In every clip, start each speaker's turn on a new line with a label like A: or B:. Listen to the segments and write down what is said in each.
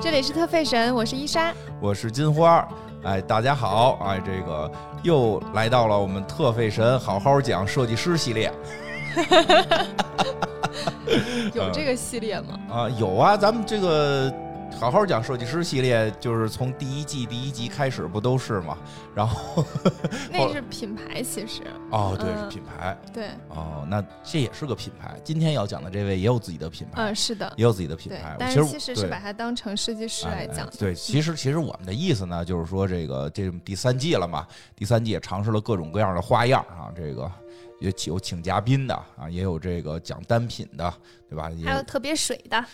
A: 这里是特费神，我是伊莎。
B: 我是金花。哎，大家好！哎，这个又来到了我们特费神好好讲设计师系列呃
A: 有这个系列吗？
B: 啊，有啊，咱们这个好好讲设计师系列，就是从第一季第一集开始不都是吗？然后
A: 那是品牌，其实
B: 哦，对，
A: 嗯
B: 是品牌
A: 对，
B: 哦，那这也是个品牌。今天要讲的这位也有自己的品牌，
A: 嗯，是的，
B: 也有自己的呃品
A: 对
B: 牌。。
A: 但
B: 其
A: 是
B: 实
A: 其实是
B: 对
A: 把它当成设计师
B: 哎
A: 来
B: 哎
A: 讲的。
B: 对，其实其实我们的意思呢，就是说这个这第三季了嘛，第三季也尝试了各种各样的花样啊，这个也请有请嘉宾的啊，也有这个讲单品的，对吧？也
C: 还有特别水的，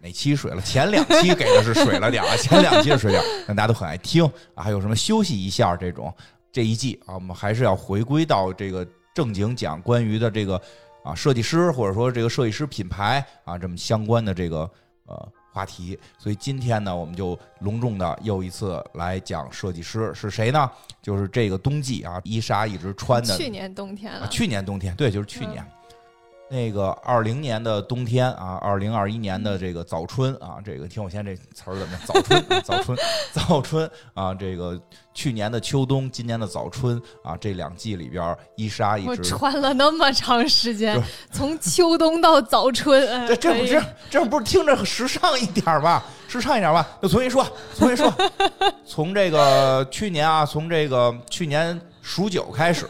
B: 哪期水了？前两期给的是水了点儿啊，前两期是水点儿，但大家都很爱听啊。还有什么休息一下儿这种，这一季啊，我们还是要回归到这个正经讲关于的这个啊设计师或者说这个设计师品牌啊这么相关的这个呃话题。所以今天呢，我们就隆重的又一次来讲设计师是谁呢？就是这个冬季啊，伊莎一直穿的
A: 去年冬天
B: 啊，
A: 了，
B: 去年冬天，对，就是去年，那个二零年的冬天啊，二零二一年的这个早春啊，这个听我现在这词儿怎么样？早春，啊早春， 早春啊，这个去年的秋冬，今年的早春啊，这两季里边儿，伊莎一
A: 我
B: 直。
A: 穿了那么长时间，从秋冬到早 春，哎
B: 这这
A: 可
B: 不
A: 以
B: 这这不是听着时尚一点儿吧？时尚一点儿吧？就重新说，重 新说，从这个去年啊，从这个去年数九开始，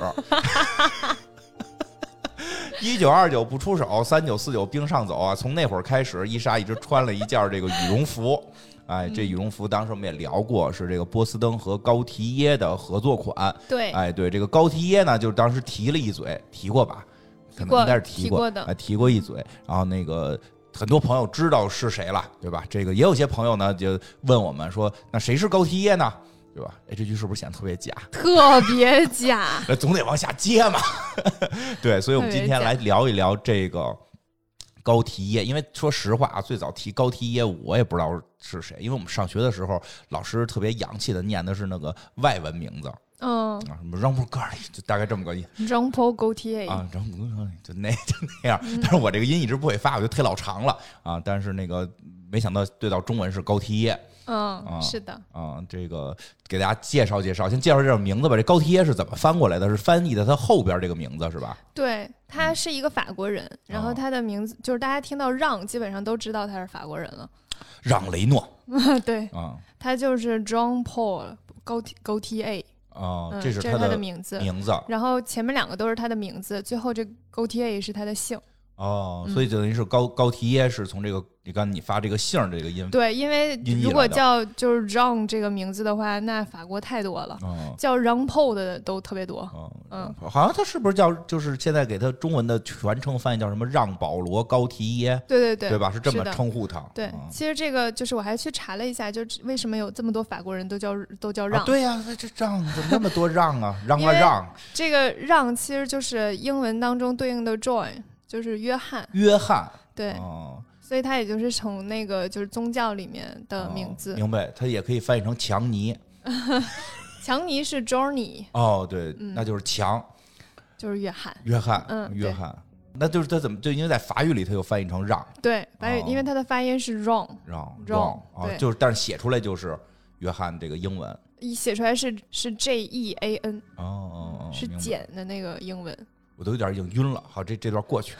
B: 一九二九不出手，三九四九冰上走啊。从那会儿开始，伊莎一直穿了一件这个羽绒服。哎，
A: 嗯
B: 这羽绒服当时我们也聊过，是这个波司登和高缇耶的合作款。
A: 对，
B: 哎，对，这个高缇耶呢，就是当时提了一嘴，提过吧？可能
A: 过
B: 应该是
A: 提
B: 过
A: 过的
B: 哎提过一嘴。然后那个很多朋友知道是谁了，对吧？这个也有些朋友呢就问我们说，那谁是高缇耶呢？对吧？哎，这句是不是显得特别假？。
A: 特别假
B: 那总得往下接嘛。 对，所以我们今天来聊一聊这个高缇耶，因为说实话啊，最早提高缇耶我也不知道是谁，因为我们上学的时候老师特别洋气的念的是那个外文名字啊，
A: 嗯
B: 什么 r a m b o g a r d 就大概这么个音
A: ，Jean Paul Gaultier，、
B: 啊 r a m b o g a r d 就那 就那样，
A: 嗯
B: 但是我这个音一直不会发，我就推老长了啊，但是那个没想到对到中文是高缇耶。
A: 嗯，
B: 啊
A: 是的，
B: 啊、这个给大家介绍介绍，先介绍这种名字吧。这高缇耶是怎么翻过来的？是翻译的它后边这个名字是吧？
A: 对他是一个法国人，然后
B: 哦
A: 他的名字就是大家听到让，基本上都知道他是法国人了。
B: 让雷诺
A: 对
B: 啊
A: 他就是 John Paul 高 T 高 T A，
B: 啊、
A: 嗯，
B: 是
A: 是
B: 他
A: 他
B: 的
A: 名字。
B: 名字
A: 然后前面两个都是他的名字，最后这高 T A 是他的姓。
B: 哦，
A: 嗯
B: 所以就等于是高高缇耶是从这个你刚才你发这个姓儿这个音
A: 对，因为
B: 嗯音译
A: 如果
B: 来的
A: 叫就是 John 这个名字的话，那法国太多了，
B: 哦
A: 叫 John Paul 的都特别多。
B: 哦
A: 嗯，
B: 好像他是不是叫就是现在给他中文的全称翻译叫什么让保罗高缇耶
A: 对对对，
B: 对吧？是这么
A: 的
B: 称呼他
A: 对，
B: 嗯
A: 其实这个就是我还去查了一下，就是为什么有这么多法国人都叫都叫让、
B: 啊，对呀、那这让怎么那么多让啊？ 让
A: 因
B: 啊
A: 为
B: 让，
A: 这个让其实就是英文当中对应的 John，就是约翰。
B: 约翰
A: 对，
B: 哦
A: 所以他也就是从那个就是宗教里面的名字
B: 哦。明白？他也可以翻译成强尼
A: 强尼是 Johnny，
B: 哦，对，
A: 嗯
B: 那就是强
A: 就是约翰。
B: 约翰，
A: 嗯
B: 约
A: 对
B: 翰，那就是他怎么就因为在法语里他又翻译成让
A: 对，白宇，
B: 哦
A: 因为他的发音是 Ron，
B: 让
A: Wrong，
B: 啊，
A: 对
B: 就是但是写出来就是约翰这个英文
A: 一写出来是是 J E A N，
B: 哦哦哦，
A: 是
B: 明白，
A: 简的那个英文，
B: 我都有点已经晕了。好，这这段过去，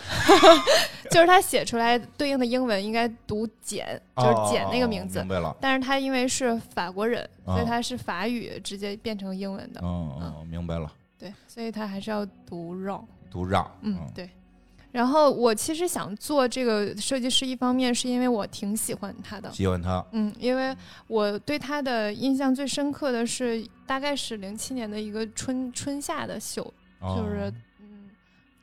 A: 就是他写出来对应的英文应该读简， 就是简那个名
B: 哦
A: 字
B: 哦哦。明白了。
A: 但是他因为是法国人，
B: 哦
A: 所以他是法语直接变成英文的，
B: 嗯嗯，嗯明白了，
A: 对，所以他还是要读 Ron。
B: 读让，
A: 嗯，对。然后我其实想做这个设计师，一方面是因为我挺喜欢他的，
B: 喜欢他，
A: 嗯，因为我对他的印象最深刻的是，大概是零七年的一个春春夏的秀，
B: 哦
A: 就是嗯，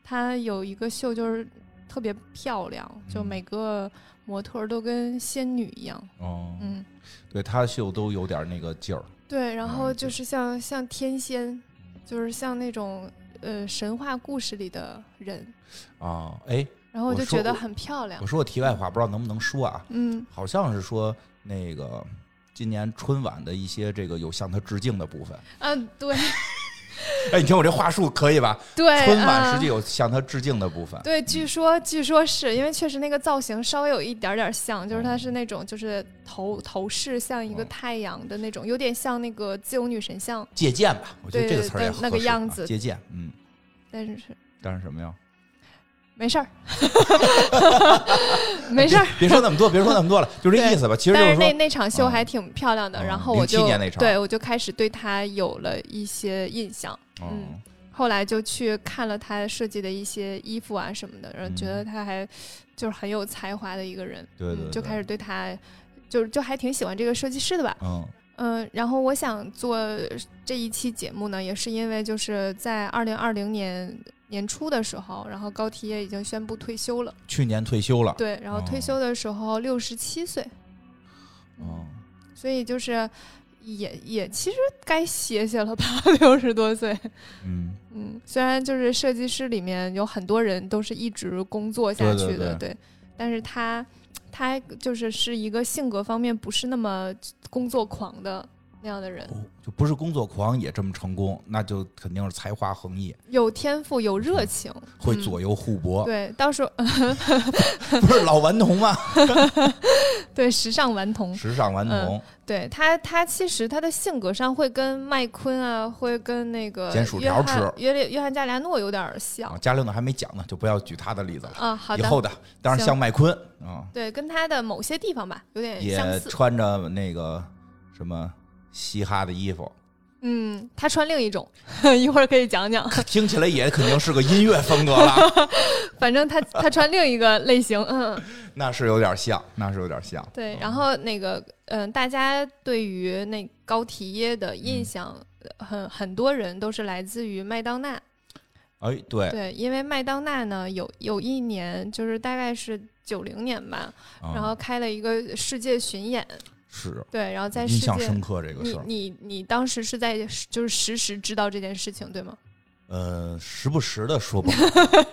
A: 他有一个秀就是特别漂亮，就
B: 嗯
A: 每个模特儿都跟仙女一样，
B: 哦，
A: 嗯，
B: 对他秀都有点那个劲儿，
A: 对，然后
B: 嗯
A: 就
B: 对
A: 是像像天仙，就是像那种呃神话故事里的人，
B: 啊，哎，
A: 然后我
B: 我
A: 就
B: 说
A: 觉得
B: 我
A: 很漂亮
B: 我，说个题外话，不知道能不能说啊？
A: 嗯，
B: 好像是说那个今年春晚的一些这个有向他致敬的部分，
A: 啊嗯，对，
B: 哎，你听我这话术可以吧？
A: 对，
B: 春晚
A: 啊
B: 实际有向他致敬的部分，
A: 对，据说据说是因为确实那个造型稍微有一点点像，就是
B: 哦
A: 它是那种就是头头饰像一个
B: 嗯
A: 太阳的那种，有点像那个自由女神像，
B: 借鉴吧，我觉得
A: 对
B: 这个词儿也
A: 对那个
B: 合适
A: 样
B: 啊
A: 子
B: 借鉴，嗯，
A: 但是是
B: 但是什么呀？
A: 没 事儿，没事儿。
B: 别说那么多，别说那么多了，就这意思吧。其实就
A: 但
B: 是
A: 是那
B: 说，哦
A: 那场秀还挺漂亮的，
B: 嗯
A: 然后我
B: 07
A: 就
B: 年那场
A: 对我就开始对他有了一些印象，
B: 嗯，
A: 后来就去看了他设计的一些衣服啊什么的，然后觉得他还就是很有才华的一个人，
B: 嗯对对
A: 嗯
B: 对
A: 就开始对他就就还挺喜欢这个设计师的吧，
B: 嗯，
A: 嗯，然后我想做这一期节目呢，也是因为就是在二零二零年年初的时候，然后高缇也已经宣布退休了，
B: 去年退休了，
A: 对，然后退
B: 哦
A: 休的时候六十七岁，
B: 嗯，
A: 所以就是也也其实该歇歇了吧， 六十多岁，
B: 嗯，
A: 嗯，虽然就是设计师里面有很多人都是一直工作下
B: 对对
A: 去的，对但是他他就是是一个性格方面不是那么工作狂的那样的人。
B: 哦就不是工作狂也这么成功，那就肯定是才华横溢，
A: 有天赋，有热情，
B: 会
A: 嗯
B: 左右互搏，
A: 对，到时候、 呃
B: 不是老顽童吗？
A: 对时尚顽童，
B: 时尚顽童，
A: 对他，他其实他的性格上会跟麦昆啊，会跟那个
B: 煎薯
A: 约
B: 条
A: 翰约列约翰加利亚诺有点儿像
B: 啊，家里呢还没讲呢，就不要举他的例子了。
A: 啊。好
B: 哦以
A: 的，
B: 后的，当然
A: 行
B: 像麦昆啊，
A: 对，跟他的某些地方吧，有点相
B: 也
A: 似。
B: 穿着那个什么嘻哈的衣服，
A: 嗯，他穿另一种， 一会儿可以讲讲。
B: 听起来也肯定是个音乐风格了，
A: 反正他他穿另一个类型，
B: 哦
A: 嗯，
B: 那是有点像，那是有点像。
A: 对。然后那个，嗯、大家对于那高缇耶的印象，呃很很多人都是来自于麦当娜。
B: 哎，对，
A: 对，因为麦当娜呢，有有一年就是大概是九零年吧，
B: 嗯
A: 然后开了一个世界巡演，
B: 是
A: 对，然后在
B: 印
A: 世
B: 象
A: 界
B: 深，刻这个事
A: 你
B: 儿，
A: 你你当时是在就是实时知道这件事情对吗？
B: 呃，时不时的说不好。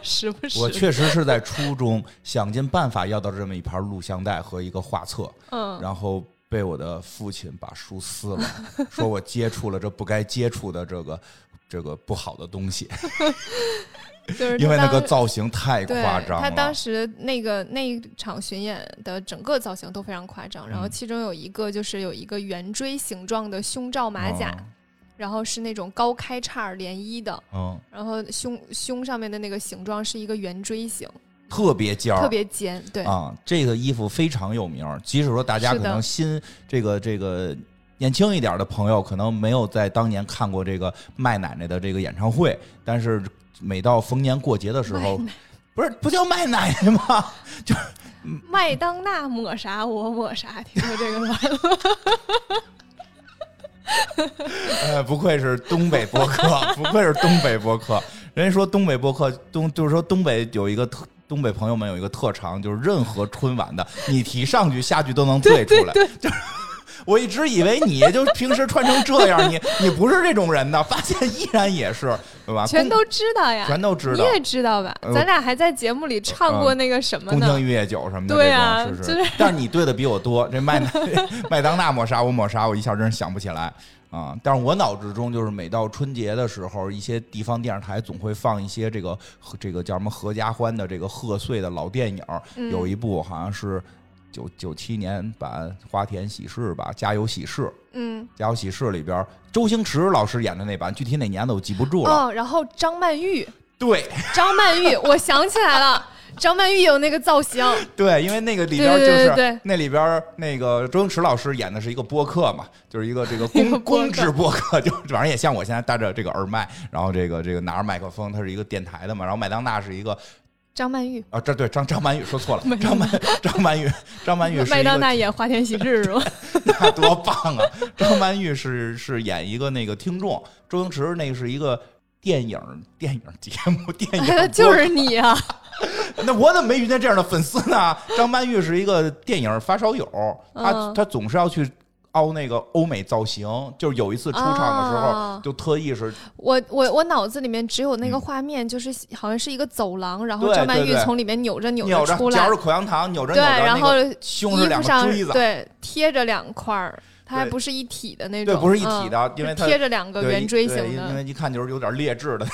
A: 时不时，
B: 我确实是在初中想尽办法要到这么一盘录像带和一个画册，
A: 嗯，
B: 然后被我的父亲把书撕 了，说我接触了这不该接触的这个这个不好的东西，
A: 就是
B: 因为
A: 他
B: 那个
A: 当
B: 造型太
A: 对
B: 夸张了。
A: 他当时那个那一场巡演的整个造型都非常夸张，然后
B: 嗯
A: 其中有一个就是有一个圆锥形状的胸罩马甲，
B: 哦
A: 然后是那种高开叉连衣的，
B: 嗯，嗯，
A: 然后胸胸上面的那个形状是一个圆锥形，
B: 嗯特别尖儿，
A: 特别尖，对，
B: 啊，这个衣服非常有名儿，即使说大家
A: 是
B: 可
A: 的
B: 能新这个这个年轻一点儿的朋友，可能没有在当年看过这个麦奶奶的这个演唱会，但是每到逢年过节的时候
A: 麦，
B: 不是不叫麦奶奶吗？
A: 麦当娜抹啥我抹啥，听过这个吗？
B: 呃，不愧是东北播客，不愧是东北播客。人家说东北播客东，就是说东北有一个特。东北朋友们有一个特长，就是任何春晚的，你提上句下句都能对出来。就是我一直以为你就平时穿成这样，你你不是这种人呢，发现依然也是，对吧？
A: 啊全
B: 公
A: 都知道呀，
B: 全都知
A: 你
B: 道，
A: 也知道吧？
B: 呃
A: 咱俩还在节目里唱过那个什么
B: 宫
A: 呢
B: 廷？玉液酒什么的，
A: 对
B: 这种
A: 啊
B: 是。
A: 就是
B: 但是你对的比我多，这麦 麦当娜抹杀我抹杀，我一下真是想不起来啊、但是我脑子中就是每到春节的时候，一些地方电视台总会放一些这个这个叫什么合家欢的这个贺岁的老电影儿，
A: 嗯
B: 有一部好像是九九七年版《花田喜事》吧，《家有喜事》。
A: 嗯，
B: 《家有喜事》里边，周星驰老师演的那版，具体哪年的我记不住了。
A: 哦，然后张曼玉，
B: 对
A: 张曼玉， 我想起来了，张曼玉有那个造型，
B: 对，因为那个里边就
A: 对对
B: 是
A: 对对
B: 那里边儿那个周星驰老师演的是一个播客嘛，就是一 个这个
A: 一个播
B: 公
A: 客
B: 公制播客， 就反正也像我现在戴着这个耳麦，然后这个这个拿着麦克风，它是一个电台的嘛，然后麦当娜是一个
A: 张曼玉。
B: 啊，这对张张曼玉 说错了，张曼张曼玉张曼玉是
A: 麦
B: 一
A: 当
B: 个
A: 娜演花田喜事 是吗？
B: 那多棒啊！ 张曼玉是是演一个那个听众，周星驰那个是一个。电影电影节目，电 影播客
A: 就是你啊！
B: 那我怎么没遇见这样的粉丝呢？张曼玉是一个电影发烧友，她、
A: 嗯
B: 她总是要去凹那个欧美造型，就是有一次出场的时候，
A: 啊
B: 就特意是
A: 我我我脑子里面只有那个画面，就是好像是一个走廊，然后
B: 对
A: 张曼
B: 对
A: 玉
B: 对
A: 从里面扭着扭
B: 扭着
A: 出
B: 嚼
A: 来
B: 着，口香糖，扭着扭
A: 对，
B: 着，
A: 然后
B: 那个
A: 衣
B: 胸是两
A: 服
B: 个
A: 上
B: 锥子，
A: 对贴着两块儿它还不是一体的那种，
B: 对，不是一体
A: 嗯，
B: 的，因为它
A: 贴着两个
B: 对
A: 圆锥
B: 对
A: 形
B: 因
A: 的，
B: 为一看就是有点劣质的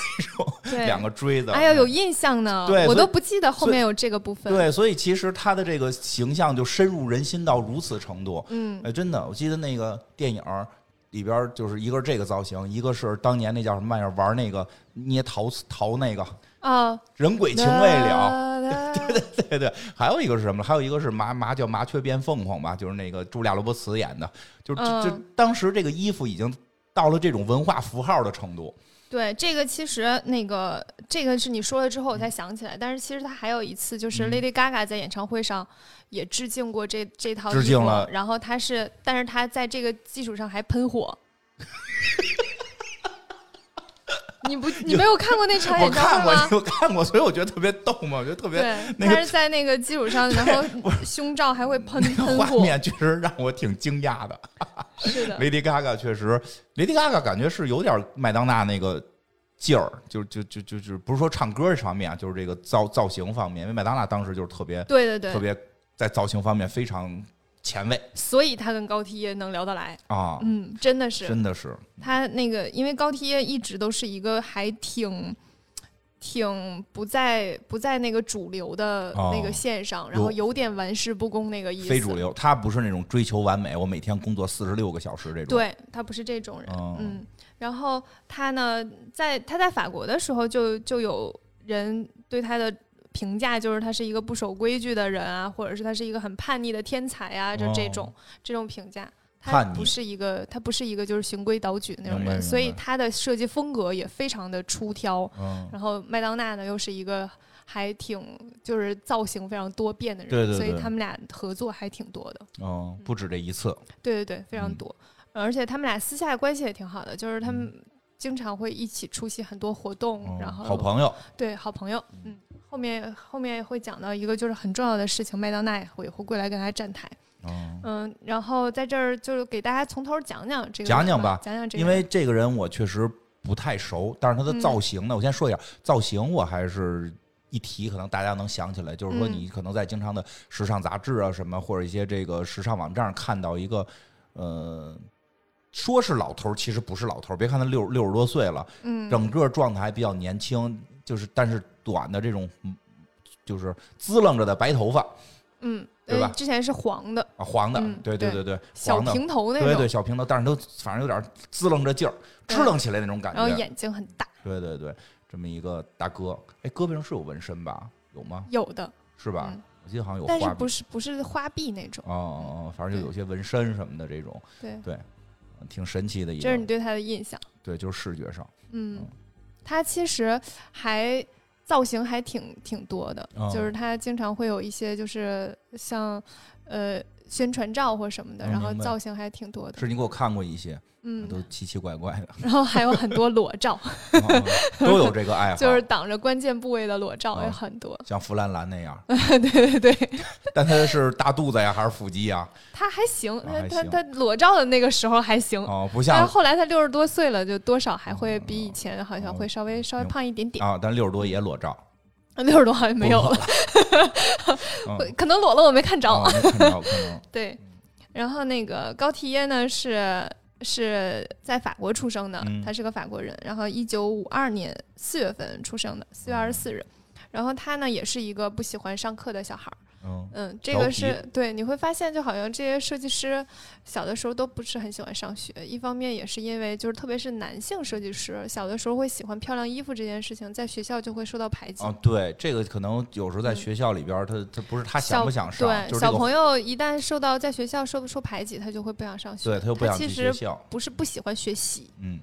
A: 对，
B: 两个锥子。
A: 哎呀，有印象呢，
B: 对
A: 我
B: 所以
A: 都不记得后面有这个部分。，
B: 对，所以其实它的这个形象就深入人心到如此程度。
A: 嗯，
B: 哎，真的，我记得那个电影儿里边儿就是一个是这个造型，一个是当年那叫什么玩意儿玩那个捏陶陶那个
A: 啊，
B: 人鬼情未了，
A: 了，对对，
B: 对对，还有一个是什么？还有一个是麻麻叫麻雀变凤凰吧，就是那个茱莉亚·罗伯茨演的，就是这、这
A: 嗯
B: 当时这个衣服已经到了这种文化符号的程度。
A: 对这个其实那个这个是你说了之后我才想起来，但是其实他还有一次就是
B: 嗯
A: Lady Gaga 在演唱会上也致敬过这这套衣服，
B: 致敬了
A: 然后他是，但是他在这个基础上还喷火。你不，你没有看过那场
B: 我
A: 演唱
B: 看
A: 会
B: 过
A: 吗，？
B: 我看过，所以我觉得特别逗嘛，我觉得特别
A: 对，
B: 那个
A: 他是在那个基础 上，然后胸罩还会喷
B: 那个
A: 喷
B: 画
A: 火，
B: 面，确实让我挺惊讶的。
A: 是的，
B: Lady Gaga 确实，Lady Gaga 感觉是有点麦当娜那个劲儿，就就就就就不是说唱歌这方面啊，就是这个造造型方面，因为麦当娜当时就是特别
A: 对对对
B: 特，别在造型方面非常前卫
A: 所以他跟高缇耶能聊得来。
B: 啊，
A: 嗯，真的是
B: 真的是，
A: 他那个，因为高缇耶一直都是一个还挺。挺不在不在那个主流的那
B: 哦
A: 个线上，然后有点玩世不恭那个意思。
B: 非主流，他不是那种追求完美，我每天工作四十六个小时这种。，
A: 对他不是这种人。
B: 哦
A: 嗯，然后他呢，在他在法国的时候就，就有人对他的评价就是他是一个不守规矩的人啊，或者是他是一个很叛逆的天才啊，就这种、这种评价。他
B: 哦叛逆
A: 不是一个，他不是一个就是循规蹈矩的那种
B: 明白
A: 人，
B: 明
A: 所以
B: 白
A: 他的设计风格也非常的出挑。
B: 嗯，
A: 然后麦当娜呢，又是一个还挺就是造型非常多变的人，
B: 对对
A: 所以
B: 对
A: 他们俩合作还挺多的。
B: 哦，不止这一次，
A: 对对对，非常
B: 嗯
A: 多。呃而且他们俩私下关系也挺好的，就是他们经常会一起出席很多活动，
B: 嗯
A: 然后
B: 好朋友，
A: 对好朋友，嗯，后面后面会讲到一个就是很重要的事情，麦当娜也会也会过来跟他站台，
B: 嗯，
A: 嗯，然后在这儿就是给大家从头讲讲这个
B: 讲
A: 人
B: 讲吧
A: 讲讲这个
B: 因
A: 人，
B: 为这个人我确实不太熟，但是他的
A: 嗯
B: 造型呢，我先说一下，造型我还是。一提可能大家能想起来，就是说
A: 嗯
B: 你可能在经常的时尚杂志啊什么，或者一些这个时尚网站上看到一个，呃，说是老头儿，其实不是老头儿。别看他六六十多岁了，
A: 嗯
B: 整个状态还比较年轻，就是但是短的这种，嗯就是滋楞着的白头发
A: 嗯，
B: 对
A: 呃
B: 吧
A: 之前是黄的
B: 啊，黄的，
A: 嗯
B: 对对
A: 对
B: 对，
A: 小
B: 黄的，
A: 平头那种，
B: 对对小平头，但是都反正有点滋楞着劲儿，
A: 对
B: 支棱起来那种感
A: 然后
B: 觉，
A: 眼睛很大，
B: 对对对，这么一个大哥，哎，胳膊上是有纹身吧？有吗？
A: 有的，
B: 是吧？
A: 嗯
B: 我记得好像有
A: 但是
B: 花
A: 不是不是花臂那种，
B: 哦哦哦，反正就有些纹身什么的这种，
A: 对，
B: 挺神奇的一
A: 这是你
B: 个，
A: 对他的印象。
B: 对，就是视觉上，
A: 嗯
B: 嗯，
A: 他其实还造型还挺挺多的，
B: 哦
A: 就是他经常会有一些就是像呃宣传照或什么的，
B: 嗯
A: 然后
B: 明白
A: 造型还挺多
B: 是
A: 的，
B: 你给我看过一些，都
A: 嗯，
B: 奇奇怪怪 的，
A: 然后还有很多裸 照，
B: 哦哦都有这个爱好，
A: 就是挡着关键部位的裸照
B: 哦
A: 也很多，
B: 像弗兰兰那样。
A: 对 对对，
B: 但他是大肚子呀，还是腹肌呀？
A: 他还行，
B: 啊
A: 他
B: 还
A: 他
B: 行
A: 他裸照的那个时候还行。
B: 哦，不
A: 但
B: 像
A: 是后来他六十多岁了，就多少还会比以前好像
B: 哦
A: 会稍微稍微
B: 明
A: 胖一点点，
B: 啊，但六十多也裸照，
A: 六十多好像没有了，
B: 嗯，
A: 可能裸了我没看着。
B: 哦没看着，看着，
A: 对，然后那个高缇耶呢是是在法国出生的，
B: 嗯
A: 他是个法国人，然后一九五二年四月份出生的，四月二十四日。然后他呢也是一个不喜欢上课的小孩儿，
B: 嗯，
A: 嗯，这
B: 调
A: 个
B: 皮
A: 是对，你会发现就好像这些设计师小的时候都不是很喜欢上学，一方面也是因为就是特别是男性设计师小的时候会喜欢漂亮衣服这件事情，在学校就会受到排挤，
B: 哦，对，这个可能有时候在
A: 嗯
B: 学校里边儿，他他不是他
A: 小
B: 想不想上，就
A: 对，
B: 是这
A: 小
B: 个
A: 朋友一旦受到在学校受受排挤，他就会不想上学。
B: 对他又不想
A: 其
B: 去
A: 实
B: 学校，
A: 不是不喜欢学习，
B: 嗯，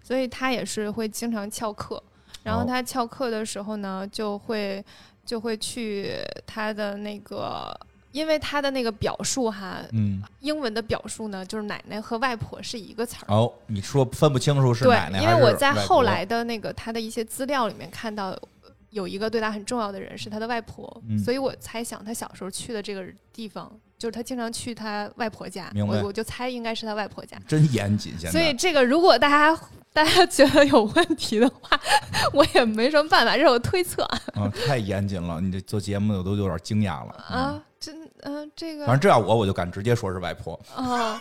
A: 所以他也是会经常翘课。然后
B: 哦
A: 他翘课的时候呢，就会就会去他的那个，因为他的那个表述哈，
B: 嗯，
A: 英文的表述呢，就是奶奶和外婆是一个词儿。
B: 哦，你说分不清楚是
A: 对
B: 奶，奶
A: 因
B: 还
A: 为我
B: 是
A: 在
B: 外
A: 后
B: 婆
A: 来的那个他的一些资料里面看到。有一个对他很重要的人是他的外婆，
B: 嗯
A: 所以我猜想他小时候去的这个地方，就是他经常去他外婆家，
B: 明白
A: 我我就猜应该是他外婆家。
B: 真严谨，现在
A: 所以这个如果大家大家觉得有问题的 话，我也没什么办法，这是我推测
B: 嗯，太严谨了，你这做节目的我都有点惊讶了，
A: 啊。真嗯、这个
B: 反正这要我，我就敢直接说是外婆。
A: 哦，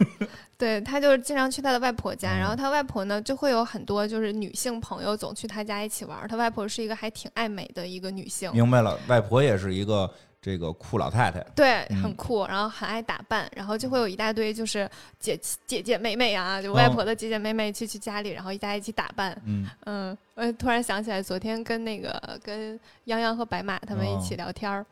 A: 对，他就是经常去他的外婆家，
B: 嗯
A: 然后他外婆呢就会有很多就是女性朋友总去他家一起玩儿。他外婆是一个还挺爱美的一个女性，
B: 明白了，外婆也是一个这个酷老太太。
A: 对，
B: 嗯
A: 很酷，然后很爱打扮，然后就会有一大堆就是姐姐姐妹妹啊，就外
B: 哦
A: 婆的姐姐妹妹去去家里，然后大家一起打扮。
B: 嗯，
A: 嗯，我突然想起来，昨天跟那个跟泱泱和白马他们一起
B: 哦
A: 聊天儿，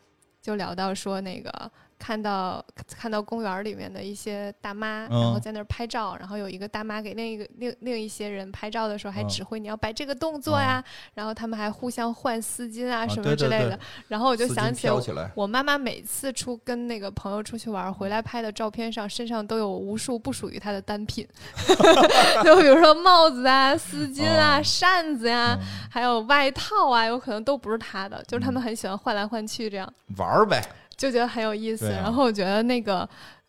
A: 就聊到说那个看到看到公园儿里面的一些大妈，然后
B: 嗯
A: 在那儿拍照，然后有一个大妈给另一个另另一些人拍照的时候还
B: 嗯哦
A: 指挥你要摆这个动作呀，然后他们还互相换丝巾啊
B: 啊
A: 什
B: 对
A: 么之
B: 对
A: 类
B: 对
A: 的，然后我啊
B: 我
A: 就想起
B: 飘起 来。
A: 我妈妈每次出跟那个朋友出去玩儿回来拍的照片上，身上都有无数不属于她的单 品， 就比如说帽子啊、丝巾啊、
B: 哦
A: 扇子呀、
B: 嗯
A: 还有外套啊，有可能都不是她的，就是他们很喜欢换来换去，这样
B: 玩儿呗，
A: 就觉得很有意思。
B: 对啊
A: 然后我觉得那个。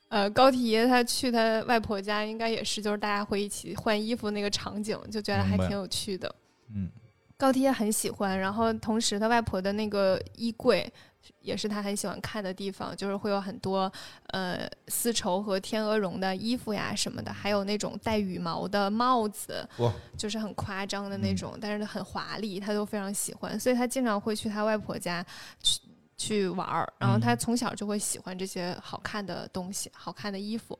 A: 呃，高体爷他去他外婆家，应该也是就是大家会一起换衣服那个场景，就觉得还
B: 明白
A: 挺有趣的。
B: 嗯，
A: 高梯也很喜欢，然后同时他外婆的那个衣柜也是他很喜欢看的地方，就是会有很多呃丝绸和天鹅绒的衣服呀什么的，还有那种带羽毛的帽子，
B: 哇，
A: 就是很夸张的那种，但是很华丽，他都非常喜欢，所以他经常会去他外婆家去去玩儿，然后他从小就会喜欢这些好看的东西、好看的衣服。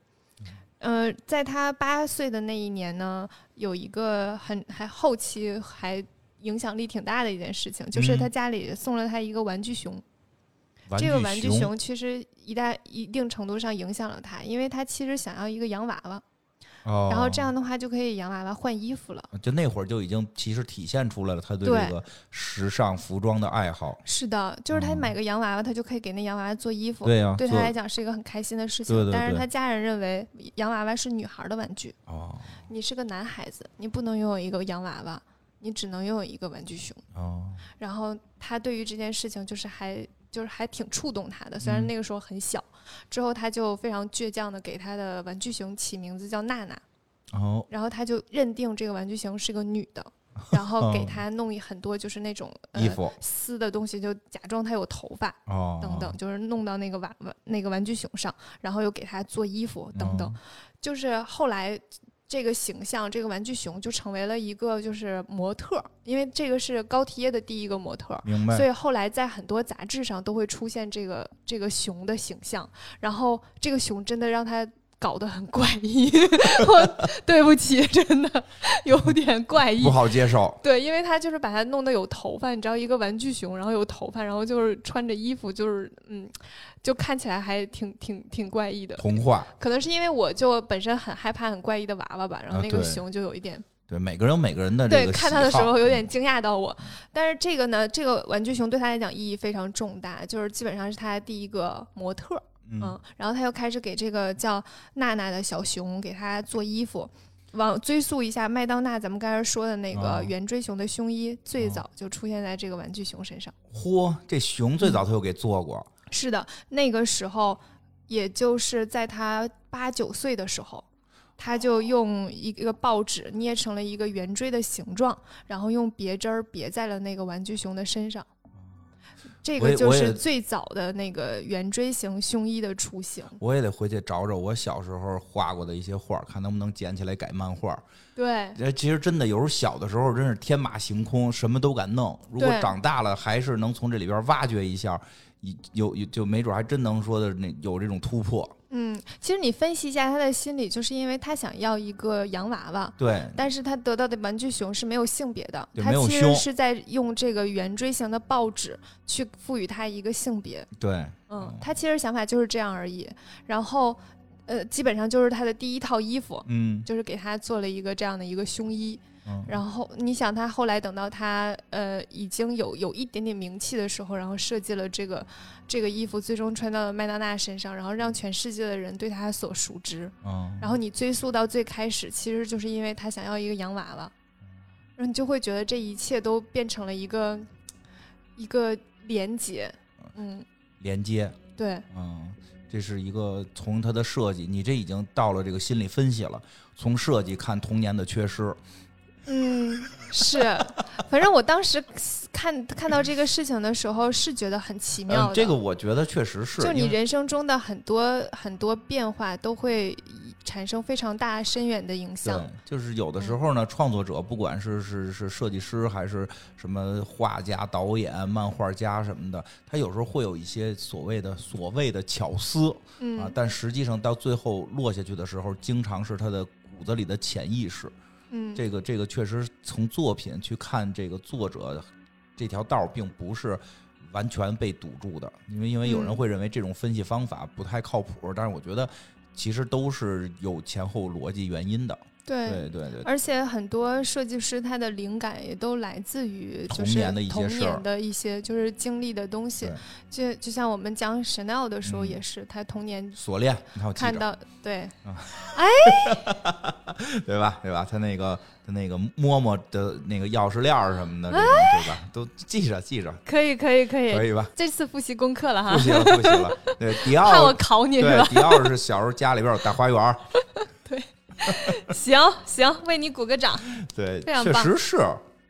A: 呃，在他八岁的那一年呢，有一个很还后期还影响力挺大的一件事情，就是
B: 嗯
A: 他家里送了他一个玩具熊。这个玩具熊其实一大一定程度上影响了他，因为他其实想要一个洋娃娃，
B: 哦，
A: 然后这样的话就可以洋娃娃换衣服了。
B: 就那会儿就已经其实体现出来了他对
A: 对
B: 这个时尚服装的爱好。
A: 是的，就是他
B: 嗯
A: 买个洋娃娃，他就可以给那洋娃娃做衣服。
B: 对呀、
A: 对他
B: 做
A: 来讲是一个很开心的事情，
B: 对对
A: 但是
B: 对
A: 他家人认为洋娃娃是女孩的玩具，
B: 哦
A: 你是个男孩子，你不能拥有一个洋娃娃，你只能拥有一个玩具熊。
B: 哦，
A: 然后他对于这件事情就是还就是还挺触动他的，虽然
B: 嗯
A: 那个时候很小，之后他就非常倔强的给他的玩具熊起名字叫娜娜，
B: 哦，
A: 然后他就认定这个玩具熊是个女 的，然后给
B: 哦
A: 他弄一很多就是那种、呃、
B: 衣服
A: 丝的东西，就假装她有头发，
B: 哦，
A: 等等，就是弄到那个玩玩那个玩具熊上，然后又给它做衣服等等，
B: 嗯
A: 就是后来。这个形象，这个玩具熊就成为了一个就是模特儿，因为这个是高缇耶的第一个模特儿，
B: 明白。
A: 所以后来在很多杂志上都会出现这个这个熊的形象。然后这个熊真的让他搞得很怪异， 我对不起，真的有点怪异
B: 不。好接受，
A: 对，因为他就是把它弄得有头发，你知道一个玩具熊，然后有头发，然后就是穿着衣服，就是嗯，就看起来还挺挺挺怪异的。
B: 童话。
A: 可能是因为我就本身很害怕很怪异的娃娃吧，然后
B: 啊
A: 那个
B: 对
A: 熊就有一点、
B: 对，每个人有每个人的这
A: 对
B: 个
A: 看
B: 喜
A: 它的时
B: 好嗯
A: 候有点惊讶到我。但是这个呢，这个玩具熊对他来讲意义非常重大，就是基本上是他的第一个模特儿，
B: 嗯
A: 嗯，然后他又开始给这个叫娜娜的小熊给他做衣服。往追溯一下，麦当娜咱们刚才说的那个
B: 哦
A: 圆锥熊的胸衣，最早就出现在这个玩具熊身上。
B: 嚯，这熊
A: 嗯
B: 最早他就给做过，
A: 是的，那个时候，也就是在他八九岁的时候，他
B: 哦
A: 就用一个报纸捏成了一个圆锥的形状，然后用别针儿别在了那个玩具熊的身上。这
B: 哦我
A: 个
B: 也
A: 就
B: 我
A: 是
B: 也
A: 最早的那个圆锥形胸衣的雏形。
B: 我也得回去找找我小时候画过的一些画，看能不能捡起来改漫画。
A: 对，
B: 呃，其实真的有时候小的时候真是天马行空，什么都敢弄。如果
A: 对
B: 长大了还是能从这里边挖掘一下，有有就没准还真能说的那有这种突破。
A: 嗯，其实你分析一下他的心理，就是因为他想要一个洋娃娃，
B: 对，
A: 但是他得到的玩具熊是没有性别的，
B: 对
A: 他
B: 没有
A: 其实
B: 胸
A: 是在用这个圆锥形的报纸去赋予它一个性别。
B: 对，
A: 嗯
B: 嗯，
A: 他其实想法就是这样而已。然后，呃，基本上就是他的第一套衣服，
B: 嗯，
A: 就是给他做了一个这样的一个胸衣。
B: 嗯
A: 然后你想，他后来等到他呃已经有有一点点名气的时候，然后设计了这个这个衣服，最终穿到了麦当娜身上，然后让全世界的人对他所熟知。
B: 嗯，
A: 然后你追溯到最开始，其实就是因为他想要一个洋娃娃，然后你就会觉得这一切都变成了一个一个连接。嗯，
B: 连接，
A: 对，
B: 嗯，这是一个从它的设计，你这已经到了这个心理分析了，从设计看童年的缺失，
A: 嗯，是，反正我当时看看到这个事情的时候，是觉得很奇妙
B: 嗯
A: 的。，
B: 这个我觉得确实是，
A: 就你
B: 因为
A: 人生中的很多很多变化，都会以产生非常大深远的影响
B: 对。，就是
A: 嗯
B: 有的时候呢，创作者不管是是是设计师还是什么画家、导演、漫画家什么的，他有时候会有一些所谓的所谓的巧思
A: 嗯，
B: 啊，但实际上到最后落下去的时候，经常是他的骨子里的潜意识。
A: 嗯，
B: 这个这个确实从作品去看这个作者这条道儿并不是。完全被堵住的，因为因为有人
A: 嗯
B: 会认为这种分析方法不太靠谱，但是我觉得其实都是有前后逻辑原因的。
A: 对。
B: 对对对，
A: 而且很多设计师他的灵感也都来自于就是
B: 童年的一些
A: 童
B: 事儿
A: 年的一些就是经历的东西
B: 对，
A: 就就像我们讲 Chanel 的时候
B: 嗯
A: 也是，他童年
B: 锁链，你看我记
A: 看
B: 着
A: 到对
B: 对吧？对吧？他那个他那个摸摸的那个钥匙链儿什么的，这种
A: 哎
B: 对吧？都记着记着，
A: 可以可以可以
B: 可，以吧？
A: 这次复习功课了哈
B: 不，行了不行了，对 迪
A: 看啊我
B: 奥，
A: 考你是
B: 对
A: 吧？
B: 迪奥是小时候家里边有大花园儿，
A: 行行，为你鼓个掌。
B: 对，
A: 非常
B: 确
A: 棒
B: 实是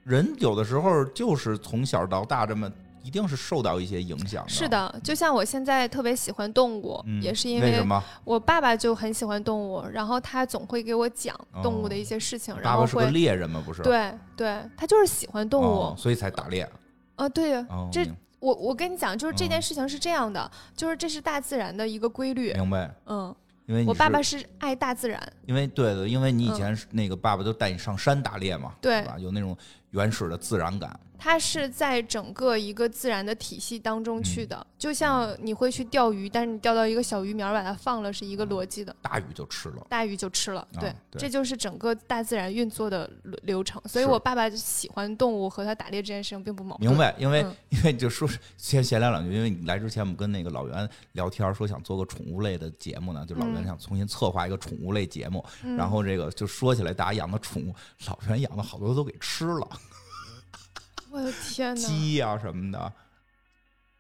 B: 人有的时候就是从小到大这么，一定是受到一些影响的。
A: 是，的，就像我现在特别喜欢动物，
B: 嗯，
A: 也是因
B: 为
A: 为
B: 什么？
A: 我爸爸就很喜欢动物，然后他总会给我讲动物的一些事情，然
B: 哦爸
A: 后
B: 爸是个
A: 会
B: 猎人嘛，不是？
A: 对对，他就是喜欢动物、
B: 哦所以才打猎。
A: 啊，对呀、
B: 哦，
A: 这
B: 明
A: 我我跟你讲，就是这
B: 嗯
A: 件事情是这样的，就是这是大自然的一个规律。
B: 明白，
A: 嗯，
B: 因为你
A: 我爸
B: 是
A: 爸是爱大自然，
B: 因为对对，因为你以
A: 嗯
B: 前是那个爸爸都带你上山打猎嘛，
A: 对
B: 吧？有那种原始的自然感，
A: 他是在整个一个自然的体系当中去
B: 嗯
A: 的，就像你会去钓鱼，但是你钓到一个小鱼苗把它放了是一个逻辑的。
B: 大鱼就吃了。啊
A: 大鱼就吃了，对，
B: 对
A: 这就是整个大自然运作的流流程。所以
B: 是
A: 我爸爸喜欢动物和他打猎这件事情并不矛盾。
B: 明白，因为、
A: 嗯
B: 因为就说先闲聊两句，因为你来之前我们跟那个老袁聊天，说想做个宠物类的节目呢，就老袁
A: 嗯
B: 想重新策划一个宠物类节目，
A: 嗯
B: 然后这个就说起来大家养的宠物，老袁养的好多都给吃了，
A: 我的天哪！
B: 鸡呀、什么的。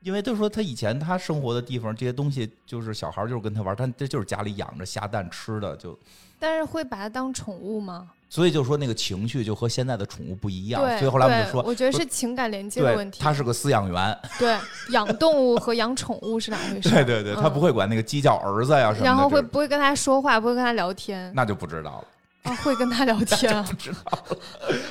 B: 因为就说他以前他生活的地方，这些东西就是小孩儿就是跟他玩儿，但这就是家里养着下蛋吃的，就
A: 但是会把它当宠物吗？
B: 所以就说那个情绪就和现在的宠物不一样，
A: 对，
B: 所以后来我们就
A: 对
B: 说，
A: 我觉得
B: 说
A: 是情感连接的
B: 对
A: 问，题。
B: 他是个饲养员，
A: 对，养动物和养宠物是两回事。
B: 对对对，他不
A: 会，
B: 会管那个鸡叫儿子呀什么的，
A: 然后会嗯
B: 这
A: 不会跟他说话，不会跟他聊 天
B: 那就不知道了，
A: 啊？会跟他 聊天啊？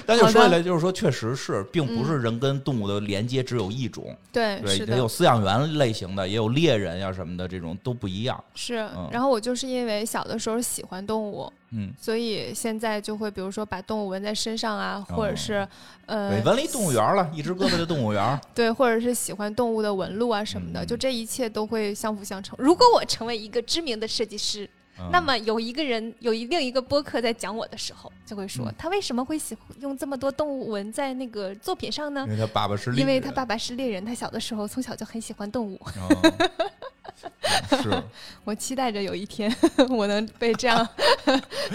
B: 但就
A: 好的嗯
B: 说起来，就是说确实是，并不是人跟动物的连接只有一种，
A: 对，
B: 对，
A: 是
B: 也
A: 的
B: 有，饲养员类型的，也有猎人呀什么的，这种都不一样，
A: 是
B: 嗯。
A: 然后我就是因为小的时候喜欢动物，
B: 嗯，
A: 所以现在就会比如说把动物纹在身上啊，或者
B: 哦
A: 是
B: 对，
A: 呃，
B: 文理动物园了，一只胳膊的动物 园，
A: 对，或者是喜欢动物的纹路啊什么的，
B: 嗯
A: 就这一切都会相辅相成。如果我成为一个知名的设计师，
B: 嗯
A: 那么有一个人有一另一个播客在讲我的时候，就会说、
B: 嗯
A: 他为什么会喜欢用这么多动物纹在那个作品上呢
B: 因？为他爸爸嗯是猎
A: 因
B: 人，
A: 为他爸爸是猎人，他小的时候从小就很喜欢动物。
B: 嗯是。
A: 我期待着有一天 我能被这样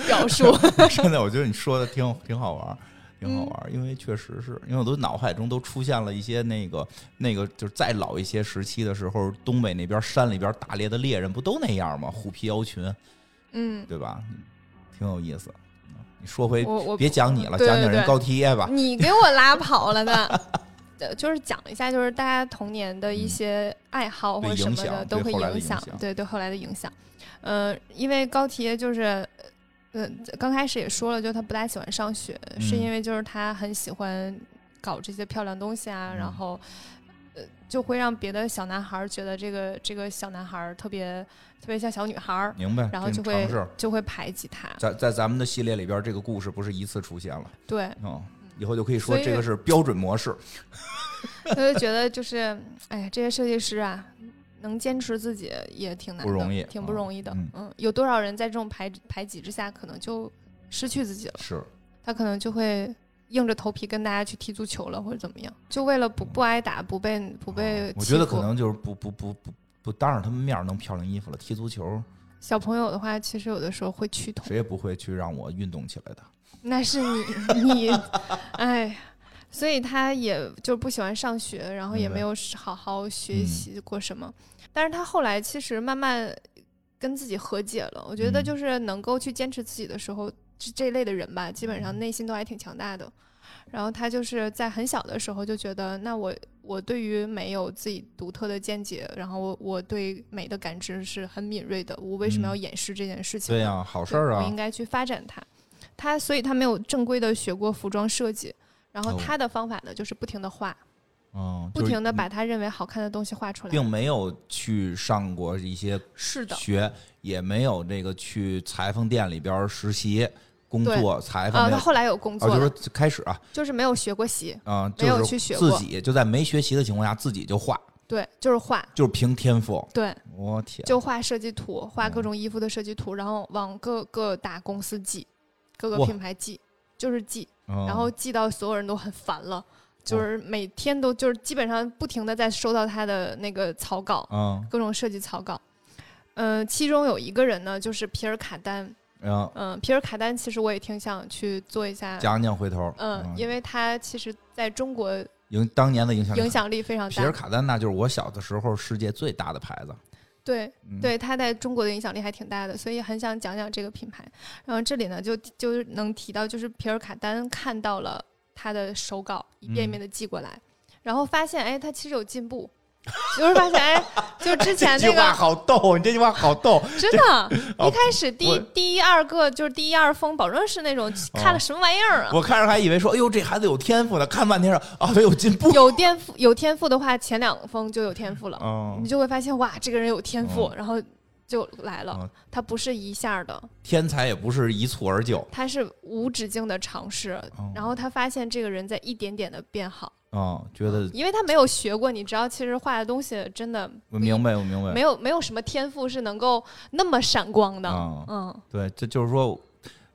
A: 表 述。
B: 真的，我觉得你说的挺挺好玩儿，挺好玩儿，因为确实是因为我都脑海中都出现了一些那个那个，就是再老一些时期的时候，东北那边山里边打猎的猎人不都那样吗？虎皮腰裙，
A: 嗯，
B: 对吧？挺有意思。嗯你说回
A: 我我
B: 别讲你了，
A: 对
B: 讲讲
A: 对
B: 人
A: 对
B: 高踢耶吧。
A: 你给我拉跑了的。呃就是讲一下，就是大家童年的一些爱好
B: 对
A: 或什
B: 嗯影
A: 么
B: 响
A: 的
B: 对
A: 都会
B: 后来的
A: 影
B: 影响
A: 对对后来的影响。呃，因为高铁就是，呃，刚开始也说了，就他不大喜欢上学，是
B: 嗯
A: 因为就是他很喜欢搞这些漂亮东西啊，然
B: 嗯
A: 后，呃，就会让别的小男孩儿觉得这个这个小男孩儿特别特别像小女孩儿，
B: 明白，
A: 嗯然后
B: 这
A: 就
B: 种
A: 会
B: 尝试
A: 就会排挤他。
B: 嗯在在咱们的系列里边，这个故事不是一次出现了
A: 对，
B: 嗯，以后就可以说
A: 所以
B: 这个是标准模式。
A: 他就觉得就是，哎呀，这些设计师啊，能坚持自己也挺难的，
B: 不容易
A: 挺不容易的。
B: 嗯
A: 嗯有多少人在这种排排挤之下，可能就失去自己了，
B: 是，
A: 他可能就会。硬着头皮跟大家去踢足球了，或者怎么样，就为了不不挨打，不被不被
B: 嗯
A: 欺负、
B: 我觉得可能就是不不不不不当着他们面儿弄漂亮衣服了，踢足球
A: 小朋友的话，其实有的时候会趋同。
B: 谁也不会去让我运动起来的。
A: 那是你你，哎呀，所以他也就不喜欢上学，然后也
B: 明白嗯
A: 没有是好好学习过什么。但是他后来其实慢慢跟自己和解了，我觉得
B: 嗯
A: 就是能够去坚持自己的时候，这这类的人吧，基
B: 嗯
A: 本上内心都还挺强大的。然后他就是在很小的时候就觉得，那我我对于美有自己独特的见解，然后我我对美的感知是很敏锐的。我为什么要
B: 嗯
A: 掩饰这件事情呢？
B: 对呀、好事儿
A: 我
B: 啊
A: 应，该去发展它。他所以他没有正规的学过服装设计，然后
B: 哦
A: 他的方法呢就是不停的画，
B: 嗯，
A: 不
B: 就是
A: 停的把他认为好看的东西画出来。
B: 并没有去上过一些
A: 是的，
B: 学，也没有这个去裁缝店里边实习工
A: 对
B: 作，裁缝
A: 啊，
B: 没
A: 他
B: 有。
A: 后来有工
B: 哦，
A: 作
B: 就是
A: 了，
B: 说开始啊，
A: 就是没有学过习，
B: 嗯，
A: 没有
B: 就是
A: 去学
B: 自
A: 过
B: 己就在没学习的情况下，自己就画，
A: 对，就是画，
B: 就是凭天赋。
A: 对，
B: 我天，
A: 就画设计图，画各
B: 嗯
A: 种衣服的设计图，然后往各个大公司寄，各个
B: 哇
A: 品牌寄，就是寄，
B: 嗯
A: 然后寄到所有人都很烦了，就是每天都就是基本上不停的在收到他的那个草稿，
B: 嗯
A: 各种设计草稿。嗯，其中有一个人呢，就是皮尔卡丹。
B: 嗯，
A: 嗯，皮尔卡丹其实我也挺想去做一下，
B: 讲讲回头，
A: 嗯，因为他其实在中国
B: 影当年的影响力
A: 影
B: 很
A: 响力非常
B: 皮尔
A: 大。
B: 卡丹纳就是我小的时候世界最大的牌子。
A: 对
B: 嗯、，
A: 对，他在中国的影响力还挺大的，所以很想讲讲这个品牌。然后这里呢，就就是能提到，就是皮尔卡丹看到了他的手稿，一遍
B: 嗯
A: 一遍的寄过来，然后发现，哎，他其实有进步，就是发现，哎，就之 前
B: 这
A: 那
B: 句话
A: 个
B: 好逗，你这句话好 逗。
A: 真的，
B: 哦
A: 一开始第
B: 我哦
A: 一第一二个就是第一二封，保证是那种看了什么玩意儿啊。
B: 我开始还以为说，哎呦，这孩子有天赋的，看半天了，啊，他有进 步。
A: 有天赋，有天赋的话，前两封就有天赋了，
B: 嗯
A: 你，就会发现哇，这个人有天赋
B: 嗯，
A: 然后就来了
B: 嗯。
A: 他不是一下的，
B: 天才也不是一蹴而就
A: 他是无止境的尝试
B: 哦，
A: 然后他发现这个人在一点点的变好，
B: 嗯，觉得
A: 因为他没有学过，你知道，其实画的东西真的
B: 我明白，我明白
A: 没。有没有什么天赋是能够那么闪光的，
B: 哦
A: 嗯，
B: 对，这就是说，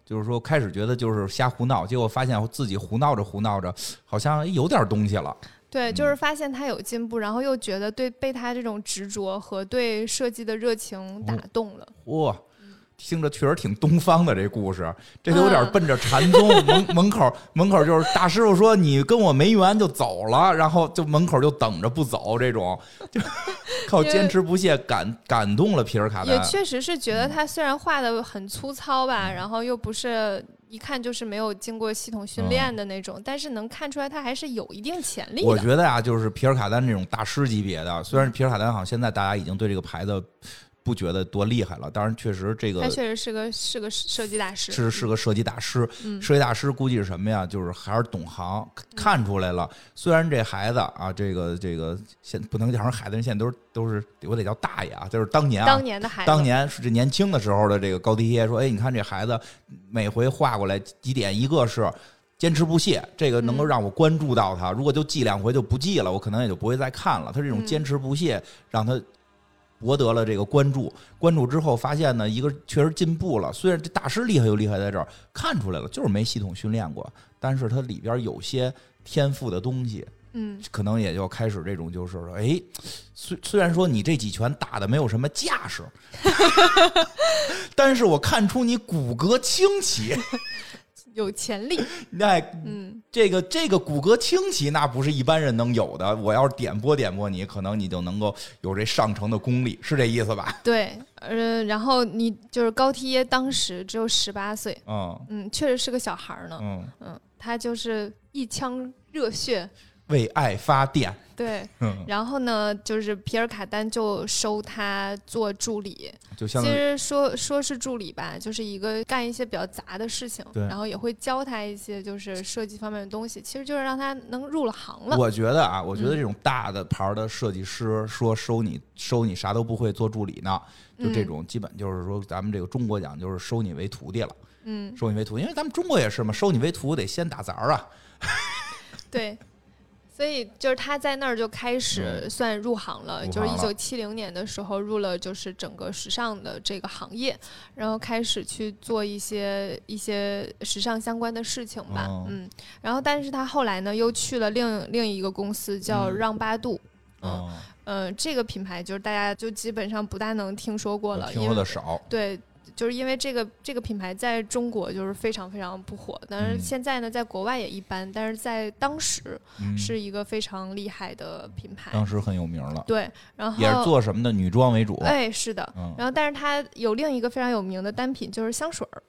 B: 就是说，开始觉得就是瞎胡闹，结果发现自己胡闹着胡闹着，好像有点东西了。
A: 对，
B: 嗯
A: 就是发现他有进步，然后又觉得对被他这种执着和对设计的热情打
B: 嗯
A: 动了。
B: 哇、听着确实挺东方的这故事，这都有
A: 嗯
B: 点奔着禅宗、门门口 门口就是大师傅说你跟我没缘就走了，然后就门口就等着不走这种，就 靠
A: 因为
B: 坚持不懈感感动了嗯皮尔卡
A: 也
B: 丹。
A: 确实是觉得他虽然画的很粗糙吧，然后又不是一看就是没有经过系统训练的那种，但是能看出来他还是有一定潜力
B: 嗯我
A: 的。
B: 觉得啊，就是皮尔卡丹这种大师级别的，虽然皮尔卡丹好像现在大家已经对这个牌子不觉得多厉害了，当然确实这个
A: 他确实是个是个设计大师，
B: 是是个设计大师，
A: 嗯
B: 设计大师估计是什么呀？就是还是懂行，看出来了。虽然这孩子啊，这个这个现不能叫上孩子，人现在都是都是我得叫大爷啊，就是当年啊
A: 当，年的孩子，
B: 当年是这年轻的时候的这个高低耶说，哎，你看这孩子每回画过来几点，一个是。坚持不懈，这个能够
A: 嗯
B: 让我关注到他。如果就记两回就不记了，我可能也就不会再看了。他这种
A: 嗯
B: 坚持不懈，让他博得了这个关注。关注之后发现呢，一个确实进步了。虽然这大师厉害就厉害在这儿，看出来了，就是没系统训练过，但是他里边有些天赋的东西，
A: 嗯，
B: 可能也就开始这种，就是说，哎，虽虽然说你这几拳打的没有什么架势， 但是我看出你骨骼清奇，
A: 有潜力，
B: 那
A: 嗯，
B: 这个这个骨骼清奇，那不是一般人能有的。我要是点拨点拨你，可能你就能够有这上乘的功力，是这意思吧？
A: 对，呃，然后你就是高梯耶，当时只有十八岁，
B: 嗯
A: 嗯，确实是个小孩儿呢，
B: 嗯，
A: 嗯，他就是一腔热血，
B: 为爱发电，
A: 对，
B: 嗯，
A: 然后呢，就是皮尔卡丹就收他做助理，
B: 就相
A: 其
B: 当于
A: 实说说是助理吧，就是一个干一些比较杂的事情，
B: 对
A: 然后也会教他一些就是设计方面的东西，其实就是让他能入了行了。
B: 我觉得啊，我觉得
A: 嗯
B: 这种大的牌儿的设计师说收你收你啥都不会做助理呢，
A: 嗯
B: 就这种基本就是说咱们这个中国讲就是收你为徒弟了，
A: 嗯，
B: 收你为徒，因为咱们中国也是嘛，收你为徒得先打杂儿啊，
A: 对，所以就是他在那儿就开始算入行了，
B: 嗯入
A: 就是一
B: 行
A: 九
B: 了
A: 七零年的时候入了就是整个时尚的这个行业，然后开始去做一些一些时尚相关的事情吧，
B: 哦
A: 嗯，然后但是他后来呢又去了另另一个公司叫
B: 嗯
A: 让八度。嗯，
B: 嗯，
A: 呃，这个品牌就是大家就基本上不大能听说过了，
B: 听
A: 因
B: 说
A: 为
B: 的少，
A: 对，就是因为这个这个品牌在中国就是非常非常不火，但是
B: 嗯
A: 现在呢，在国外也一般，但是在当时
B: 嗯，
A: 是一个非常厉害的品牌。
B: 当时很有名了，
A: 对，然后
B: 也是做什么的女装为主，
A: 哎是的，
B: 嗯
A: 然后但是它有另一个非常有名的单品就是香水儿，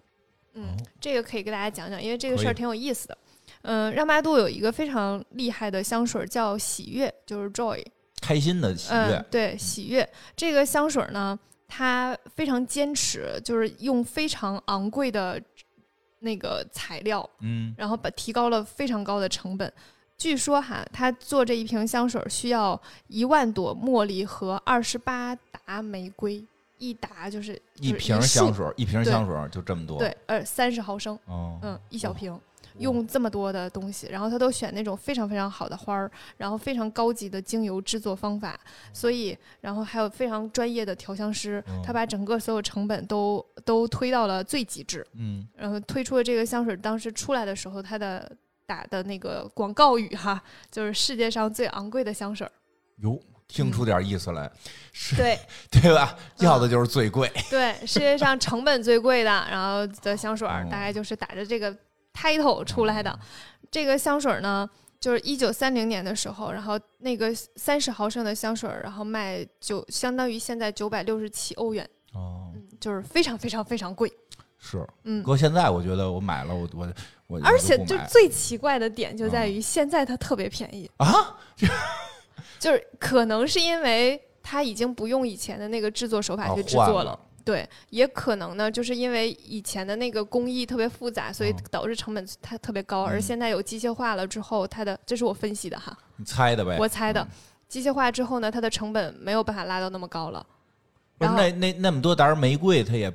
A: 嗯
B: 哦，
A: 这个可以给大家讲讲，因为这个
B: 可以
A: 事儿挺有意思的。嗯，让八度有一个非常厉害的香水儿叫喜悦，就是 Joy。
B: 开心的喜
A: 嗯
B: 悦，，
A: 对，喜悦这个香水儿呢，它非常坚持，就是用非常昂贵的那个材料，
B: 嗯，
A: 然后把提高了非常高的成本。据说哈，他做这一瓶香水儿需要一万朵茉莉和二十八沓玫瑰，一沓就是
B: 一
A: 就是
B: 瓶
A: 束
B: 香水，一瓶
A: 对
B: 香水就这么多，
A: 对，呃，三十毫升，
B: 哦，
A: 嗯，一小
B: 哇
A: 瓶。用这么多的东西，然后他都选那种非常非常好的花儿，然后非常高级的精油制作方法，所以然后还有非常专业的调香师
B: 嗯，
A: 他把整个所有成本都都推到了最极致。
B: 嗯，
A: 然后推出的这个香水，当时出来的时候，它的打的那个广告语哈，就是世界上最昂贵的香水儿。
B: 哟，听出点意思来，是，
A: 嗯对
B: 对吧？
A: 嗯
B: 要的就是最贵，
A: 对，世界上成本最贵的，然后的香水儿
B: 哦
A: 大概就是打着这个 title 出来的。这个香水儿呢，就是一九三零年的时候，然后那个三十毫升的香水儿，然后卖九，相当于现在九百六十七欧元，
B: 哦，
A: 嗯，就是非常非常非常贵，
B: 是，
A: 嗯。
B: 搁现在我觉得我买了，我我我，
A: 而
B: 我
A: 且
B: 不
A: 就
B: 买嗯
A: 最奇怪的点就在于，现在它特别便宜，
B: 啊，
A: 就是可能是因为它已经不用以前的那个制作手法
B: 啊
A: 去制
B: 换
A: 作
B: 了
A: 了。对，也可能呢，就是因为以前的那个工艺特别复杂，所以
B: 嗯
A: 导致成本它特别高，而
B: 嗯
A: 现在有机械化了之后，它的这是我分析的哈，
B: 你猜的呗？
A: 我猜的
B: 嗯。
A: 机械化之后呢，它的成本没有办法拉到那么高了，
B: 不
A: 然
B: 是
A: 后
B: 那那那么多沓玫瑰，它也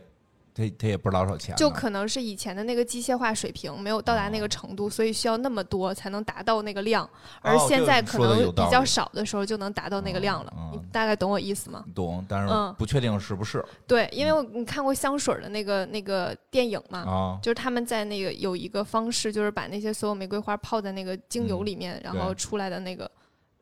B: 它它也不知道多少钱呢，
A: 就可能是以前的那个机械化水平没有到达那
B: 哦
A: 个程度，所以需要那么多才能达到那个量，而
B: 哦
A: 现
B: 这
A: 在
B: 你
A: 可
B: 说的有
A: 能
B: 道
A: 比较
B: 理
A: 少的时候就能达到那个量了
B: 哦。
A: 你
B: 嗯
A: 大概懂我意思吗？
B: 懂，但是
A: 嗯
B: 不确定是不是
A: 对，因
B: 嗯
A: 为我你看过香水儿的那个那个电影嘛，
B: 啊？
A: 就是他们在那个有一个方式，就是把那些所有玫瑰花泡在那个精油
B: 嗯
A: 里面，然
B: 对
A: 后出来的那个，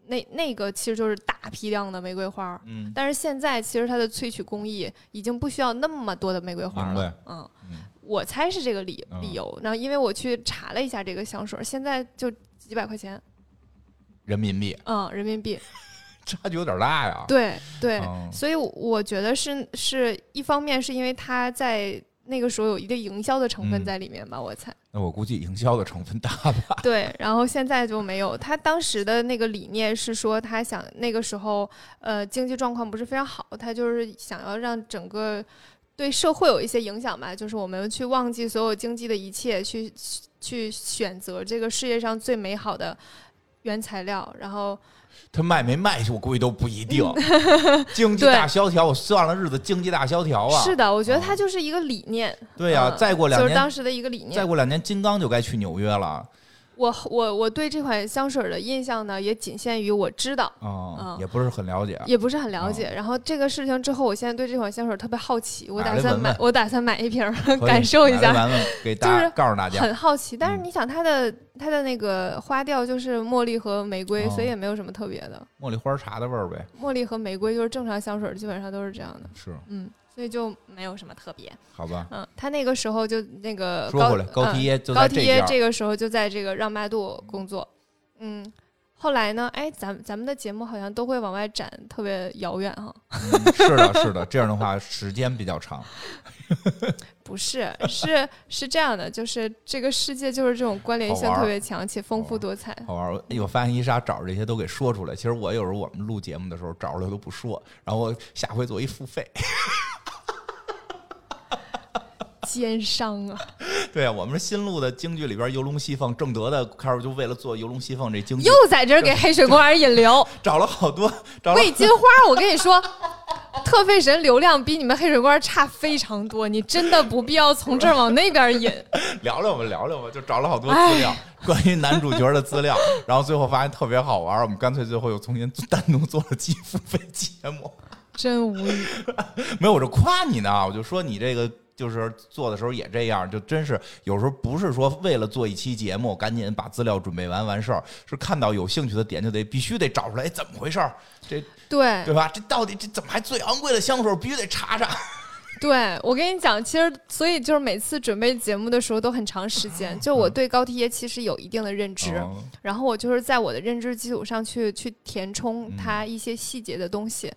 A: 那那个其实就是大批量的玫瑰花儿。
B: 嗯，
A: 但是现在其实它的萃取工艺已经不需要那么多的玫瑰花
B: 明
A: 了
B: 白。
A: 嗯
B: 嗯，
A: 我猜是这个理
B: 嗯
A: 理由。然后因为我去查了一下这个香水儿，现在就几百块钱，
B: 人民币
A: 嗯，人民币。
B: 差距有点大呀。
A: 对对，
B: 哦
A: 所以我我觉得是是一方面是因为它在那个时候有一定营销的成分
B: 嗯
A: 在里面吧，我猜。
B: 那我估计营销的成分大吧？
A: 对，然后现在就没有。他当时的那个理念是说，他想那个时候呃经济状况不是非常好，他就是想要让整个对社会有一些影响吧，就是我们去忘记所有经济的一切，去去选择这个世界上最美好的原材料，然后
B: 他卖没卖，我估计都不 一定。经济大萧条，我算了日子，经济大萧条啊。
A: 是的，我觉得
B: 哦
A: 它就是一个理念，
B: 对呀、
A: 嗯
B: 再过两
A: 就是当
B: 年，
A: 时的一个理
B: 再
A: 念。
B: 过两年，金刚就该去纽约了。啊
A: 我我我对这款香水的印象呢，也仅限于我知道。
B: 啊，
A: 嗯
B: 也不是很了解。啊
A: 也不是很了解。然后这个事情之后，我现在对这款香水特别好奇，我
B: 买
A: 打
B: 来
A: 算
B: 闻
A: 买
B: 闻，
A: 我打算买一瓶儿
B: 可 以
A: 感受一
B: 买
A: 下，
B: 完了给大
A: 就
B: 家
A: 是
B: 告诉大家，
A: 很好奇。但是
B: 嗯
A: 你想，它的它的那个花调就是茉莉和玫瑰，
B: 哦
A: 所以也没有什么特别的。
B: 茉莉花茶的味儿呗。
A: 茉莉和玫瑰就是正常香水，基本上都是这样的，
B: 是，
A: 嗯，所以就没有什么特别。
B: 好吧。
A: 嗯，他那个时候就那个
B: 说回来，呃高
A: 嗯
B: 缇耶就
A: 高
B: 在
A: 缇
B: 这
A: 耶
B: 家。
A: 这个时候就在这个让麦度工作，嗯。后来呢？哎，咱们咱们的节目好像都会往外展，特别遥远哈。
B: 嗯 是的，是的，这样的话时间比较长。
A: 不是，是是这样的，就是这个世界就是这种关联性
B: 好玩儿
A: 特别强且丰富多彩。
B: 好玩儿。哎我发现伊莎找着这些都给说出来。其实我有时候我们录节目的时候找出来都不说，然后我下回做一付费。
A: 奸商 啊，
B: 对啊，我们是新录的京剧里边《游龙戏凤》，正德的开始就为了做《游龙戏凤》这京剧，
A: 又在这儿给黑水公园引 流。
B: 找了好多，找了
A: 魏金花，我跟你说，特费神流量比你们黑水公园差非常多，你真的不必要从这儿往那边 引。
B: 聊聊吧，聊聊吧，就找了好多资料关于男主角的资料，然后最后发现特别好玩儿，我们干脆最后又重新单独做了期付费节目。
A: 真无语，
B: 没有，我就夸你呢，啊我就说你这个就是做的时候也这样，就真是有时候不是说为了做一期节目赶紧把资料准备完完事儿，是看到有兴趣的点就得必须得找出来，哎怎么回事儿？这
A: 对
B: 对吧？这到底这怎么还最昂贵的香水儿必须得查查？
A: 对，我跟你讲，其实所以就是每次准备节目的时候都很长时间。就我对高缇耶其实有一定的认知，
B: 嗯哦
A: 然后我
B: 嗯
A: 就是在我的认知基础上去去填充它一些细节的东西。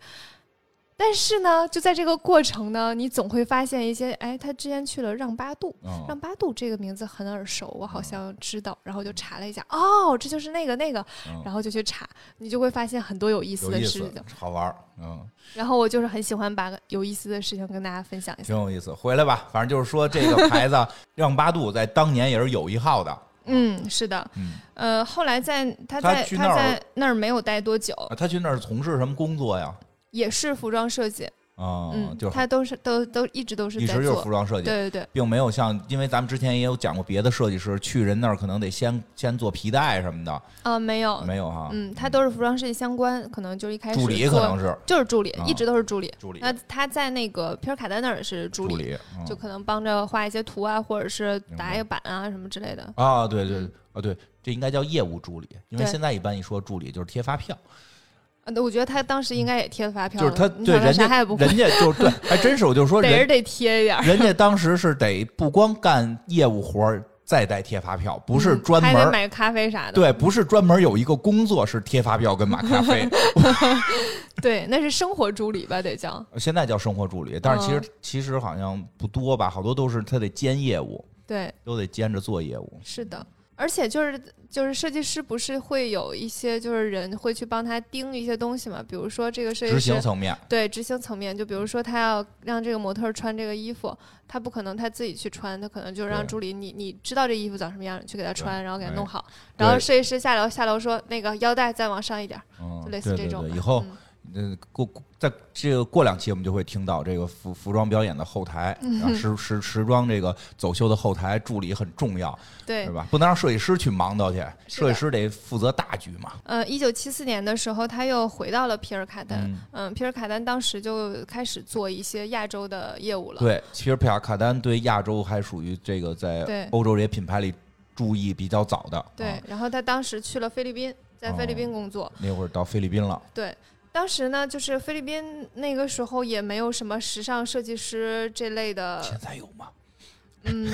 A: 但是呢，就在这个过程呢，你总会发现一些，哎，他之前去了让八度，
B: 嗯
A: 让八度这个名字很耳熟，我
B: 哦
A: 好像知道，然后就查了一下，哦，这就是那个那个，
B: 嗯
A: 然后就去查，你就会发现很多有意思
B: 有
A: 的
B: 意
A: 事
B: 思
A: 情。，
B: 好玩儿，嗯，
A: 然后我就是很喜欢把有意思的事情跟大家分享一下
B: 挺。有意思。回来吧，反正就是说这个牌子让八度在当年也是有一号的，
A: 嗯，是的，
B: 嗯，
A: 呃，后来在他
B: 他
A: 在
B: 去
A: 他
B: 那儿
A: 在那儿没有待多久，
B: 啊他去那儿从事什么工作呀？
A: 也是服装设计，
B: 啊，
A: 嗯，
B: 就是
A: 他都是都都一直都是
B: 一
A: 在
B: 直就是
A: 做
B: 服，装设计，
A: 对对对，
B: 并没有像，因为咱们之前也有讲过别的设计师去人那儿可能得先先做皮带什么的，
A: 啊，没有，
B: 没有哈。
A: 嗯，他都是服装设计相关，可能就是一开始
B: 助理可
A: 做
B: 能是
A: 就是助理，
B: 啊
A: 一直都是助理。
B: 助理，
A: 那他在那个皮尔卡丹那儿也是助
B: 助
A: 理，
B: 理嗯
A: 就可能帮着画一些图啊，或者是
B: 明
A: 打
B: 白
A: 一个版啊什么之类的。
B: 啊，对对
A: 嗯
B: 啊对，这应该叫业务助理，因为
A: 对
B: 现在一般一说助理就是贴发票，
A: 呃那我觉得他当时应该也贴发票
B: 嗯就
A: 了，
B: 是他
A: 你
B: 对
A: 想他
B: 人家
A: 啥也不会，
B: 人家就是对，还真是我就说
A: 得是
B: 人
A: 得贴一点儿，
B: 人家当时是得不光干业务活儿，再带贴发票，不是
A: 嗯
B: 专门
A: 还得
B: 儿。
A: 买咖啡啥的。
B: 对，不是专门有一个工作是贴发票跟买咖啡，
A: 对那是生活助理吧，得叫
B: 现在叫生活助理，但是其实、
A: 嗯
B: 其实好像不多吧，好多都是他得兼业务，
A: 对，
B: 都得兼着做业务。
A: 是的。而且就是就是设计师不是会有一些就是人会去帮他盯一些东西嘛，比如说这个设计
B: 执
A: 师
B: 行层面，
A: 对执行层面，就比如说他要让这个模特儿穿这个衣服，他不可能他自己去穿，他可能就让
B: 对
A: 助理你你知道这衣服长什么样，你去给他穿，然后给他
B: 哎
A: 弄好，
B: 对
A: 然后设计师下楼下楼说那个腰带再往上一点儿，
B: 嗯
A: 就，类
B: 对
A: 似
B: 对
A: 这种
B: 对，
A: 吧。
B: 以后
A: 嗯
B: 嗯，过过在这个过两期，我们就会听到这个服服装表演的 后台，啊，时时时装这个走秀的后台助理很重要，
A: 对
B: 是，吧？不能让设计师去忙叨去，
A: 是
B: 设
A: 的
B: 计师得负责大局嘛。
A: 呃，一九七四年的时候，他又回到了皮尔卡丹。
B: 嗯
A: 嗯皮尔卡丹当时就开始做一些亚洲的业务了。
B: 对，其实皮尔卡丹对亚洲还属于这个在
A: 对
B: 欧洲这些品牌里注意比较早的。
A: 对
B: 啊，
A: 然后他当时去了菲律宾，在菲律
B: 哦
A: 宾工作。
B: 那会儿到菲律宾了，
A: 对，当时呢，就是菲律宾那个时候也没有什么时尚设计师这类的，
B: 现在有吗？
A: 呃嗯，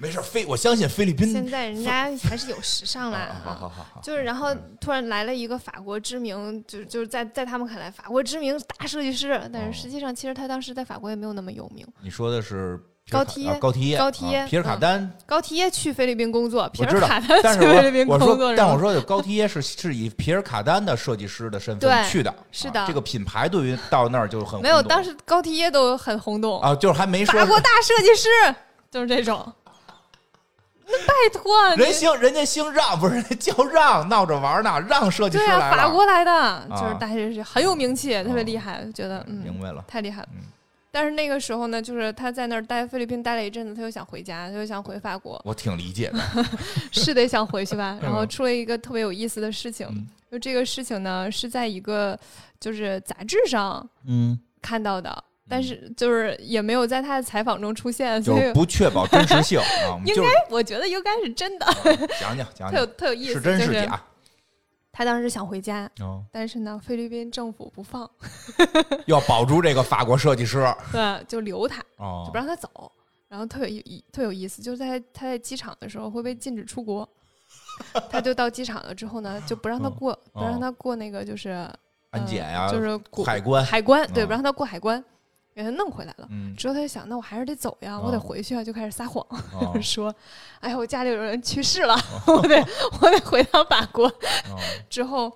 B: 没事儿，菲我相信菲律
A: 现
B: 宾。
A: 在人家还是有时尚 啦。
B: 啊好好嗯
A: 啊
B: 好好，
A: 就是，然后突然来了一个法国知名，就就是在在他们看来，法国知名大设计师，但
B: 哦
A: 是实际上，其实他当时在法国也没有那么有名。
B: 你说的是皮尔
A: 高
B: 卡
A: 梯
B: 啊高梯
A: 高梯
B: 啊皮尔卡
A: 嗯
B: 丹
A: 高缇耶去菲律宾工作，皮
B: 我
A: 尔
B: 知道
A: 卡丹
B: 但
A: 去
B: 是
A: 菲律宾
B: 我
A: 工
B: 我说，
A: 作，
B: 但
A: 然后
B: 我说有高缇耶是是以皮尔卡丹的设计师的身份
A: 对
B: 去的，
A: 是
B: 啊
A: 的
B: 这个品牌对于到那儿就很
A: 没有，
B: 轰动
A: 当时高缇耶都很轰动，
B: 啊，就是还没说
A: 法国大设计师就是这种。那拜托，啊你
B: 人姓人家姓让，不是人家叫让，闹着玩呢，让设计师
A: 对啊，
B: 来了，啊
A: 法国来的，就是大学生，很有名气，特别厉害，觉得
B: 明
A: 嗯，
B: 白了，
A: 太厉害了
B: 嗯。，
A: 但是那个时候呢，就是他在那儿待菲律宾待了一阵子，他又想回家，他又想回法国
B: 我挺理解的，
A: 是得想回去 吧。然后
B: 嗯
A: 出了一个特别有意思的事情
B: 嗯，
A: 就这个事情呢是在一个就是杂志上
B: 嗯，
A: 看到的，但是就是也没有在他的采访中出现，
B: 就
A: 所以
B: 是不确保真实性啊，我 们
A: 应
B: 就是
A: 我觉得应该是真的，
B: 讲讲 讲
A: 特有
B: 讲，
A: 特有意思。
B: 啊是真
A: 就是
B: 假？
A: 他当时想回家，
B: 哦，
A: 但是呢，菲律宾政府不 放，
B: 要保住这个法国设计师
A: 对，就留他，
B: 哦
A: 就不，让他走。然后特有意特有意思，就是在他在机场的时候会被禁止出 国，他就到机场了之后呢，就不让他过，不让他过那个就是
B: 嗯哦安检呀
A: 呃，就是过
B: 海关，
A: 海关，对，
B: 嗯
A: 不让他过海关，给他弄回来了。
B: 嗯，
A: 之后他就想，那我还是得走呀，我
B: 哦
A: 得回去啊，就开始撒谎。
B: 哦
A: 说：“哎呀，我家里有人去世了， 我得我得回趟法国。
B: 哦”
A: 之后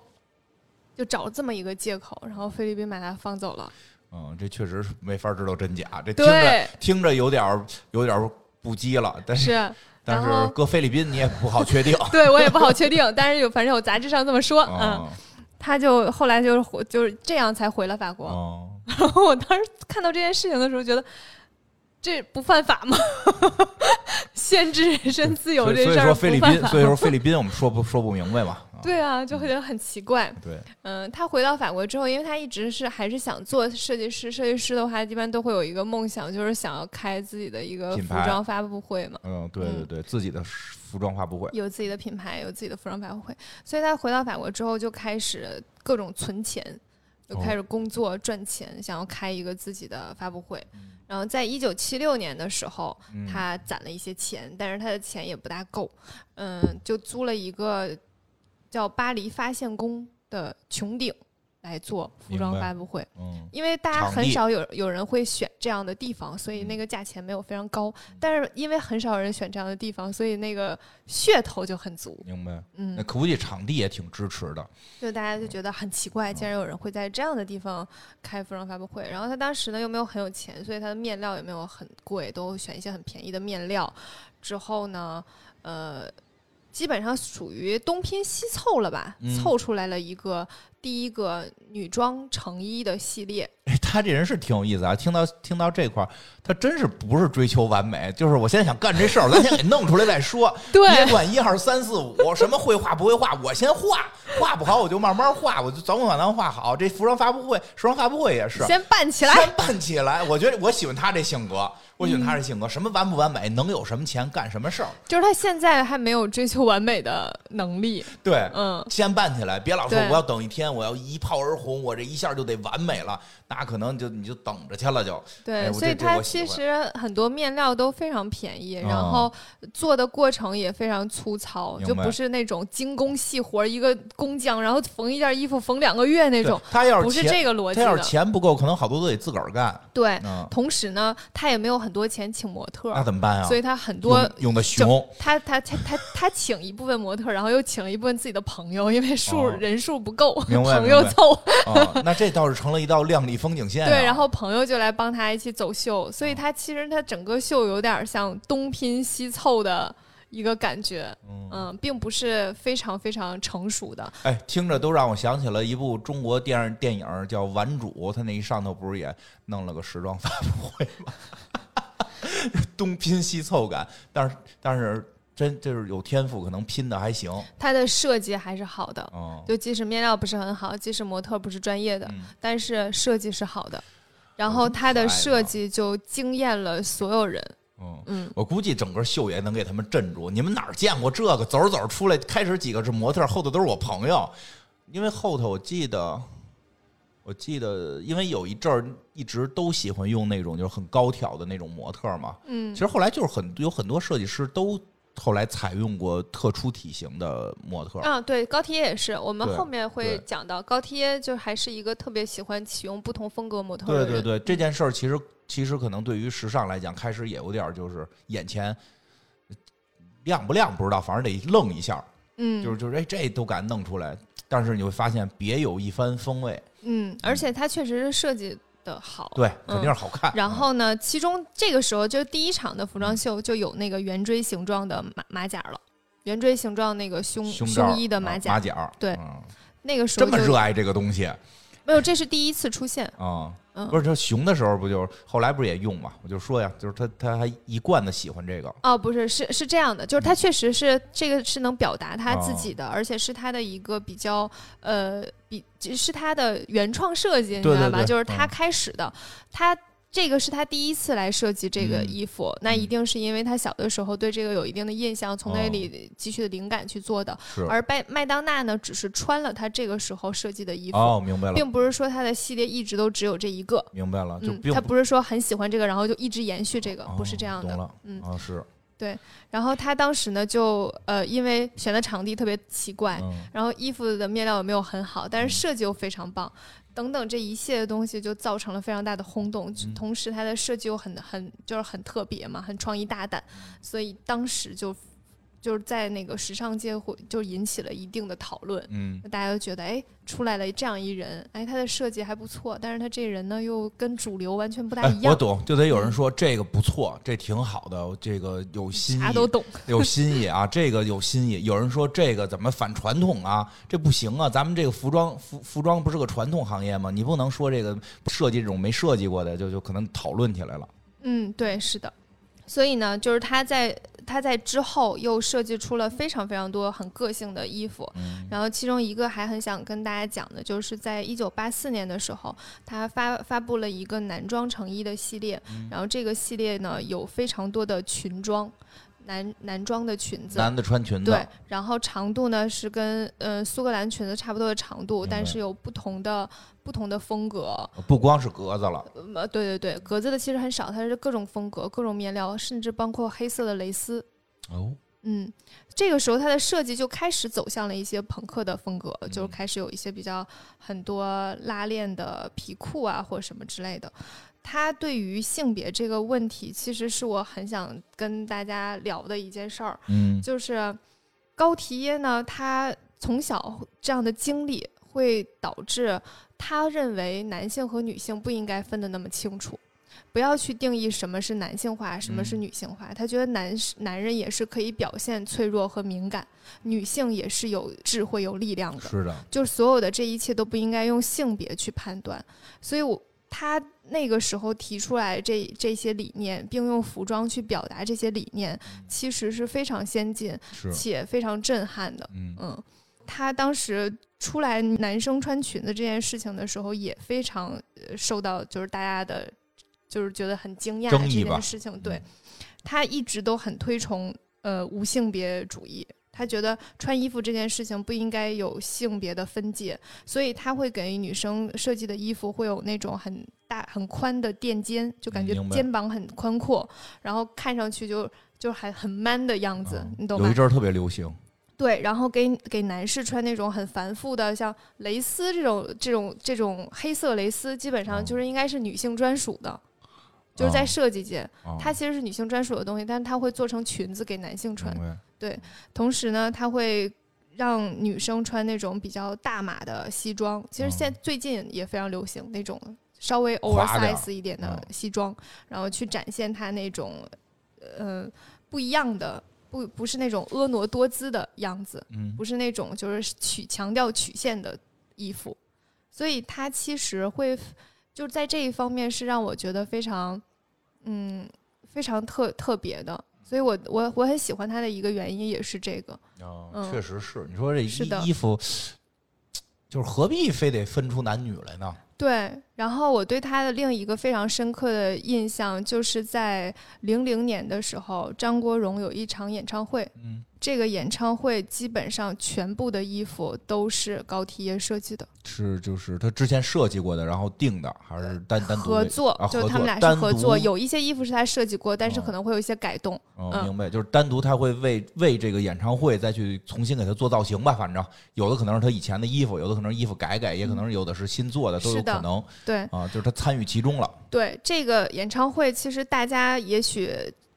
A: 就找这么一个借口，然后菲律宾把他放走了。
B: 嗯，这确实是没法知道真假，这听着
A: 对，
B: 听着有点儿有点儿不羁了，但是
A: 是，
B: 但
A: 然
B: 是
A: 后
B: 搁菲律宾你也不 好确定。
A: 对我也不好确定，但是有反正有杂志上这么说，嗯，
B: 哦
A: 他就后来就是回就是这样才回了法国。
B: 哦，
A: 然 后我当时看到这件事情的时候，觉得这不犯法吗？ 限制人身自由
B: 所以
A: 这
B: 所以
A: 事儿
B: 说菲
A: 不
B: 律
A: 犯
B: 宾，
A: 法
B: 所以
A: 吗？
B: 说菲律宾我们说不说不明白嘛？啊
A: 对啊，就会觉得很奇怪。
B: 对，
A: 嗯，他回到法国之后，因为他一直是还是想做设计师。设计师的话，一般都会有一个梦想，就是想要开自己的一个
B: 品
A: 服
B: 牌
A: 装发布会嘛，
B: 嗯，对对
A: 嗯
B: 对，自己的服装发布会，
A: 有自己的品牌，有自己的服装发布会。所以他回到法国之后，就开始各种存钱，就
B: 哦
A: 开始工作赚钱，想要开一个自己的发布会。然后在一九七六年的时候，
B: 嗯
A: 他攒了一些钱，但是他的钱也不大够，嗯，就租了一个叫巴黎发现宫的穹顶。来做服
B: 明
A: 装
B: 白
A: 发布会，
B: 嗯，
A: 因为大家
B: 场
A: 很
B: 地嗯
A: 少有有人会选这样的地方，所以那个价钱没有非常高。但是因为很少有人选这样的地方，所以那个噱头就很足。
B: 明白。那
A: 嗯，
B: 可估计场地也挺支持的，
A: 就大家就觉得很奇怪，竟
B: 嗯
A: 然有人会在这样的地方开服装发布会。然后他当时呢又没有很有钱，所以他的面料也没有很贵，都选一些很便宜的面料。之后呢，呃，基本上属于东拼西凑了吧，
B: 嗯
A: 凑出来了一个第一个女装成衣的系列。
B: 哎他这人是挺有意思啊。听到听到这块儿，他真是不是追求完美，就是我现在想干这事儿，咱先给弄出来再说。
A: 对
B: 别管一二三四五，什么会画不会画，我先画，画不好我就慢慢画，我就早晚能画好。这服装发布会，时装发布会也是。啊
A: 先办起来，
B: 先办起来，我觉得我喜欢他这性格，我喜欢他这性格，什么完不完美，能有什么钱干什么事儿，
A: 就是他现在还没有追求完美的能力，
B: 对，
A: 嗯，
B: 先办起来，别老说
A: 对
B: 我要等一天，我要一炮而红，我这一下就得完美了，那可能就你就等着去了就。
A: 对，
B: 哎我
A: 所以
B: 这这
A: 它
B: 我
A: 其
B: 喜欢
A: 实很多面料都非常便宜，然
B: 哦
A: 后做的过程也非常粗糙，
B: 明
A: 就
B: 白
A: 不是那种精工细活，一个工匠然后缝一件衣服缝两个月那
B: 对
A: 种，
B: 他要
A: 不是
B: 钱
A: 这个逻辑
B: 他要是
A: 的。
B: 钱不够，可能好多都得自个儿干。
A: 对，
B: 嗯，啊
A: 同时呢，他也没有很多钱请模特
B: 那
A: 儿，
B: 怎么办呀？
A: 所以他很多
B: 用。用的
A: 整
B: 熊，
A: 他他他他他请一部分模特儿，然后又请了一部分自己的朋友，因为数、
B: 哦
A: 人数不够，
B: 明 白
A: 朋友
B: 明白
A: 凑
B: 啊，那这倒是成了一道亮丽风景线啊。
A: 对，然后朋友就来帮他一起走秀，
B: 嗯
A: 所以他其实他整个秀有点像东拼西凑的一个感觉，
B: 嗯
A: 嗯，并不是非常非常成熟的。
B: 哎，听着都让我想起了一部中国电视电影儿叫《顽主》，他那一上头不是也弄了个时装发布会吗？ 东拼西凑感，但是但是真就是有天赋，可能拼的还行。
A: 他的设计还是好的，
B: 嗯，
A: 就即使面料不是很好，即使模特不是专业的，
B: 嗯
A: 但是设计是好的。然
B: 哦
A: 后
B: 这么
A: 他
B: 可爱
A: 的
B: 的
A: 设
B: 啊
A: 计就惊艳了所有人，
B: 嗯
A: 嗯，
B: 我估计整个秀也能给他们镇住。你们哪儿见过这个？走着走着出来，开始几个是模特，后头都是我朋友，因为后头我记得。我记得，因为有一阵儿一直都喜欢用那种就是很高挑的那种模特嘛，
A: 嗯
B: 其实后来就是很有很多设计师都后来采用过特殊体型的模特，
A: 啊，对，高缇耶也是，我们
B: 对
A: 后面会
B: 对
A: 讲到，高缇耶就还是一个特别喜欢启用不同风格模特
B: 对
A: 的人，
B: 对对，这件事儿其实其实可能对于时尚来讲，开始也有点儿就是眼前亮不亮不知道，反正得愣一下，
A: 嗯，
B: 就是就是哎这都敢弄出来，但是你会发现别有一番风味，
A: 嗯，而且它确实是设计的好。
B: 对，肯定是好看。
A: 嗯然后呢，其中这个时候就是第一场的服装秀就有那个圆锥形状的马马甲了，圆锥形状那个胸
B: 嗯胸罩
A: 胸衣的马甲，
B: 马甲，
A: 对
B: 嗯
A: 那个时
B: 这
A: 候
B: 么热
A: 就
B: 爱这个东西啊。
A: 没有，这是第一次出现。嗯
B: 不是，这熊的时候不就是后来不是也用嘛？我就说呀，就是他他还一贯的喜欢这个，
A: 哦，不是，是是这样的，就是
B: 嗯
A: 他确实是这个是能表达他
B: 哦
A: 自己的，而且是他的一个比较呃比是他的原创设计，你知
B: 对
A: 道
B: 对
A: 吧？
B: 对
A: 就是他
B: 嗯
A: 开始的，他这个是他第一次来设计这个
B: 嗯
A: 衣服，那一
B: 嗯哦
A: 定是因为他小的时候对这个有一定的印象，从那里汲取的灵感去做的。
B: 是
A: 而麦麦当娜呢，只是穿了他这个时候设计的衣服。
B: 哦，明白了，
A: 并不是说他的系列一直都只有这一个，
B: 明白了，就
A: 嗯，
B: 并
A: 他不是说很喜欢这个，然后就一直延续这个，不是这样
B: 哦、
A: 的
B: 懂。了，
A: 嗯
B: 啊是，
A: 然后他当时呢，就呃，因为选的场地特别奇怪，
B: 嗯，
A: 然后衣服的面料也没有很好，但是设计又非常棒，等等这一系列的东西就造成了非常大的轰动。就
B: 嗯
A: 同时，他的设计又很很就是很特别嘛，很创意大胆，所以当时就就是在那个时尚界会就引起了一定的讨论。
B: 嗯，
A: 大家都觉得，哎，出来了这样一人，哎，他的设计还不错，但是他这人呢，又跟主流完全不大
B: 哎
A: 一，
B: 我
A: 样，嗯
B: 懂，就得有人说这个不错，这挺好的，这个有新
A: 啥
B: 意，
A: 都懂。
B: 有新意啊，这个有新意。有人说这个怎么反传统啊？这不行啊，咱们这个服装服服装不是个传统行业吗？你不能说这个设计这种没设计过的，就就可能讨论起来了。
A: 嗯，对，是的。所以呢，就是他在他在之后又设计出了非常非常多很个性的衣服，
B: 嗯
A: 然后其中一个还很想跟大家讲的，就是在一九八四年的时候，他发发布了一个男装成衣的系列，
B: 嗯
A: 然后这个系列呢有非常多的裙装，男男装的裙子，
B: 男的穿裙子，
A: 对，然后长度呢是跟呃苏格兰裙子差不多的长度，
B: 明
A: 但
B: 白
A: 是有不同的不同的风格。
B: 不光是格子了，
A: 呃，对对对，格子的其实很少，它是各种风格、各种面料，甚至包括黑色的蕾丝。
B: 哦，
A: 嗯，这个时候它的设计就开始走向了一些朋克的风格，就是开始有一些比较很多拉链的皮裤啊，或者什么之类的。它对于性别这个问题，其实是我很想跟大家聊的一件事儿，
B: 嗯
A: 就是高缇耶呢，他从小这样的经历会导致他认为男性和女性不应该分得那么清楚，不要去定义什么是男性化，什么是女性化。他觉得男男人也是可以表现脆弱和敏感，女性也是有智慧、有力量的。
B: 是的，
A: 就是所有的这一切都不应该用性别去判断。所以我，他那个时候提出来这这些理念，并用服装去表达这些理念，其实是非常先进
B: 是，
A: 且非常震撼的。
B: 嗯
A: 嗯，他当时出来男生穿裙子这件事情的时候，也非常呃受到就是大家的，就是觉得很惊讶
B: 争
A: 这
B: 议吧嗯
A: 件事情。对，他一直都很推崇呃无性别主义。他觉得穿衣服这件事情不应该有性别的分界，所以他会给女生设计的衣服会有那种很大很宽的垫肩，就感觉
B: 明白
A: 肩膀很宽阔，然后看上去就就还很 man 的样子，
B: 嗯
A: 你懂吗？
B: 有一阵儿特别流行，
A: 对，然后给给男士穿那种很繁复的，像蕾丝这种这种这种黑色蕾丝，基本
B: 哦
A: 上就是应该是女性专属的，就是
B: 哦
A: 在设计界，
B: 啊
A: 它其实是女性专属的东西，但是它会做成裙子给男性穿
B: 明。白
A: 同时呢，它会让女生穿那种比较大码的西装，其实现
B: 哦
A: 最近也非常流行那种稍微
B: 垮点儿
A: oversize 一点的
B: 嗯
A: 西装，然后去展现它那种呃不一样的，不不是那种婀娜多姿的样子。
B: 嗯
A: 不是那种就是曲强调曲线的衣服，所以它其实会就是在这一方面是让我觉得非常嗯非常特特别的，所以我我我很喜欢它的一个原因也是这个，
B: 啊，
A: 嗯
B: 确实是。你说这
A: 是的
B: 衣衣服，就是何必非得分出男女来呢？
A: 对。然后我对它的另一个非常深刻的印象就是在零零年的时候，张国荣有一场演唱会，
B: 嗯，
A: 这个演唱会基本上全部的衣服都是高缇耶设计的。
B: 是就是他之前设计过的，然后定的，还是单单独
A: 合
B: 为
A: 作，
B: 啊
A: 就是
B: 合
A: 他们
B: 作
A: 俩是
B: 单
A: 合
B: 独
A: 作，有一些衣服是他设计过，但是
B: 哦
A: 可能会有一些改动。
B: 哦，
A: 嗯
B: 明白，就是单独他会为为这个演唱会再去重新给他做造型吧，反正有的可能是他以前的衣服，有的可能是衣服改改，也可能是有的是新做的，都有
A: 嗯是的
B: 可能
A: 对
B: 啊，就是他参与其中了。
A: 对，这个演唱会其实大家也许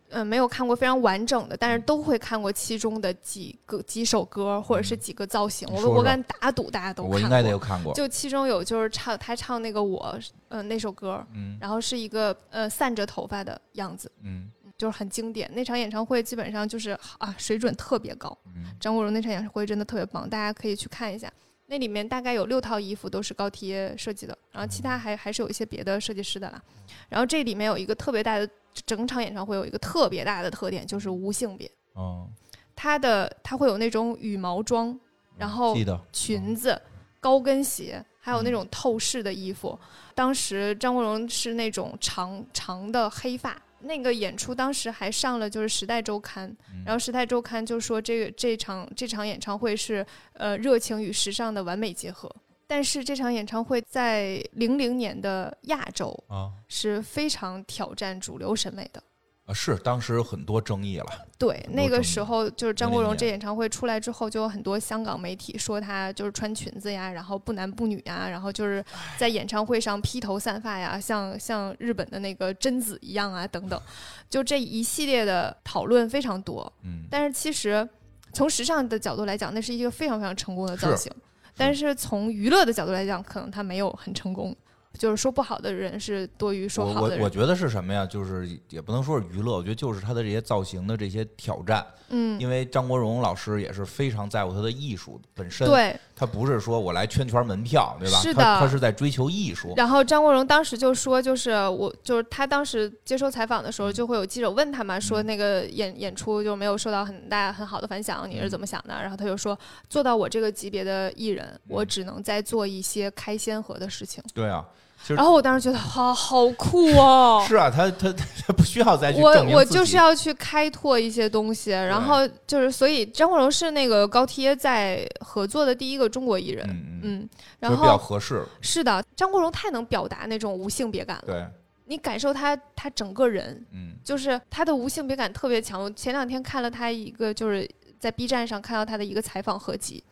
A: 呃没有看过非常完整的，
B: 嗯
A: 但是都会看过其中的几个几首歌或者是几个造型。
B: 嗯你
A: 我
B: 说
A: 我
B: 说
A: 敢打赌大家都看
B: 我
A: 过。
B: 应该得有看过，
A: 就其中有就是唱他唱那个我呃那首歌，
B: 嗯
A: 然后是一个呃散着头发的样子，
B: 嗯
A: 就是很经典。那场演唱会基本上就是啊水准特别高。
B: 嗯，
A: 张国荣那场演唱会真的特别棒，大家可以去看一下。那里面大概有六套衣服都是高缇耶设计的，然后其他还还是有一些别的设计师的啦。然后这里面有一个特别大的，整场演唱会有一个特别大的特点就是无性别，
B: 哦，
A: 它的它会有那种羽毛装，然后
B: 记得
A: 裙子、高跟鞋，还有那种透视的衣服。当时张国荣是那种长长的黑发。那个演出当时还上了就是《时代周刊》，然后《时代周刊》就说这个这场这场演唱会是呃热情与时尚的完美结合。但是这场演唱会在零零年的亚洲
B: 啊
A: 是非常挑战主流审美的。
B: 啊，是当时有很多争议了，
A: 对，
B: 很多
A: 那个
B: 争
A: 时
B: 议
A: 候就是张国
B: 零零
A: 荣这
B: 年
A: 演唱会出来之后，就有很多香港媒体说他就是穿裙子呀，然后不男不女呀，然后就是在演唱会上披头散发呀，像像日本的那个贞子一样啊，等 等，就这一系列的讨论非常多。
B: 嗯，
A: 但是其实从时尚的角度来讲，那是一个非常非常成功的造型，但是从娱乐的角度来讲，可能他没有很成功。就是说不好的人是多于说
B: 我
A: 好的
B: 我
A: 人
B: 我，觉得是什么呀？就是也不能说是娱乐，我觉得就是他的这些造型的这些挑战，
A: 嗯，
B: 因为张国荣老师也是非常在乎他的艺术本身，，
A: 对，
B: 他不是说我来圈圈门票，对吧？
A: 是
B: 他
A: 的
B: 他是在追求艺术，
A: 然后张国荣当时就说，就是我就是他当时接受采访的
B: 嗯
A: 时候，就会有记者问他嘛，说那个演演出就没有受到很大很好的反响，
B: 嗯
A: 你是怎么想的？然后他就说，做到我这个级别的艺人，
B: 嗯
A: 我只能再做一些开先河的事情。
B: 对啊，就是
A: 然后我当 时觉得，哇，好酷哦！
B: 是啊，他他他不需要再去
A: 我
B: 证明
A: 我
B: 自
A: 就
B: 己
A: 是要去开拓一些东西，然后就是所以张国荣是那个高缇耶在合作的第一个中国艺人，
B: 嗯嗯，
A: 嗯，
B: 就
A: 然
B: 比较
A: 后
B: 合适，
A: 是的，张国荣太能表达那种无性别感了。
B: 对，
A: 你感受他他整个人，
B: 嗯
A: 就是他的无性别感特别强。我前两天看了他一个，就是在 B 站上看到他的一个采访合集，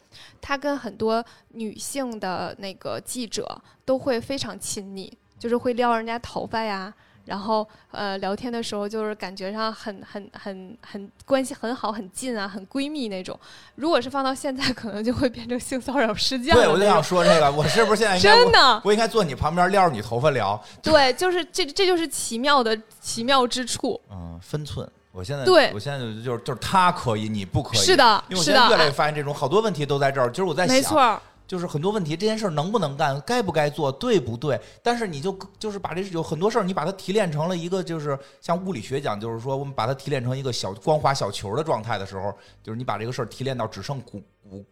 A: 他跟很多女性的那个记者都会非常亲昵，就是会撩人家头发呀。然后，呃，聊天的时候就是感觉上很很很很关系很好、很近啊、很闺蜜那种。如果是放到现在， 可能就会变成性骚扰事件了那
B: 对，
A: 种。
B: 我就想说哎这个，我是不是现在应该
A: 真
B: 我
A: 的，
B: 我应该坐你旁边撩着你头发聊？
A: 对，就是这，这就是奇妙的奇妙之处。
B: 嗯，分寸。我现在
A: 对
B: 我现在就就是就是他可以，你不可以。
A: 是，的，
B: 因为我
A: 是
B: 现在越
A: 的，
B: 来越发现这种好多问题都在这儿，就是我在
A: 没
B: 想
A: 错，儿，
B: 就是很多问题，这件事儿能不能干，该不该做，对不对？但是你就就是把这有很多事儿，你把它提炼成了一个，就是像物理学讲，就是说我们把它提炼成一个小光滑小球的状态的时候，就是你把这个事儿提炼到只剩骨骨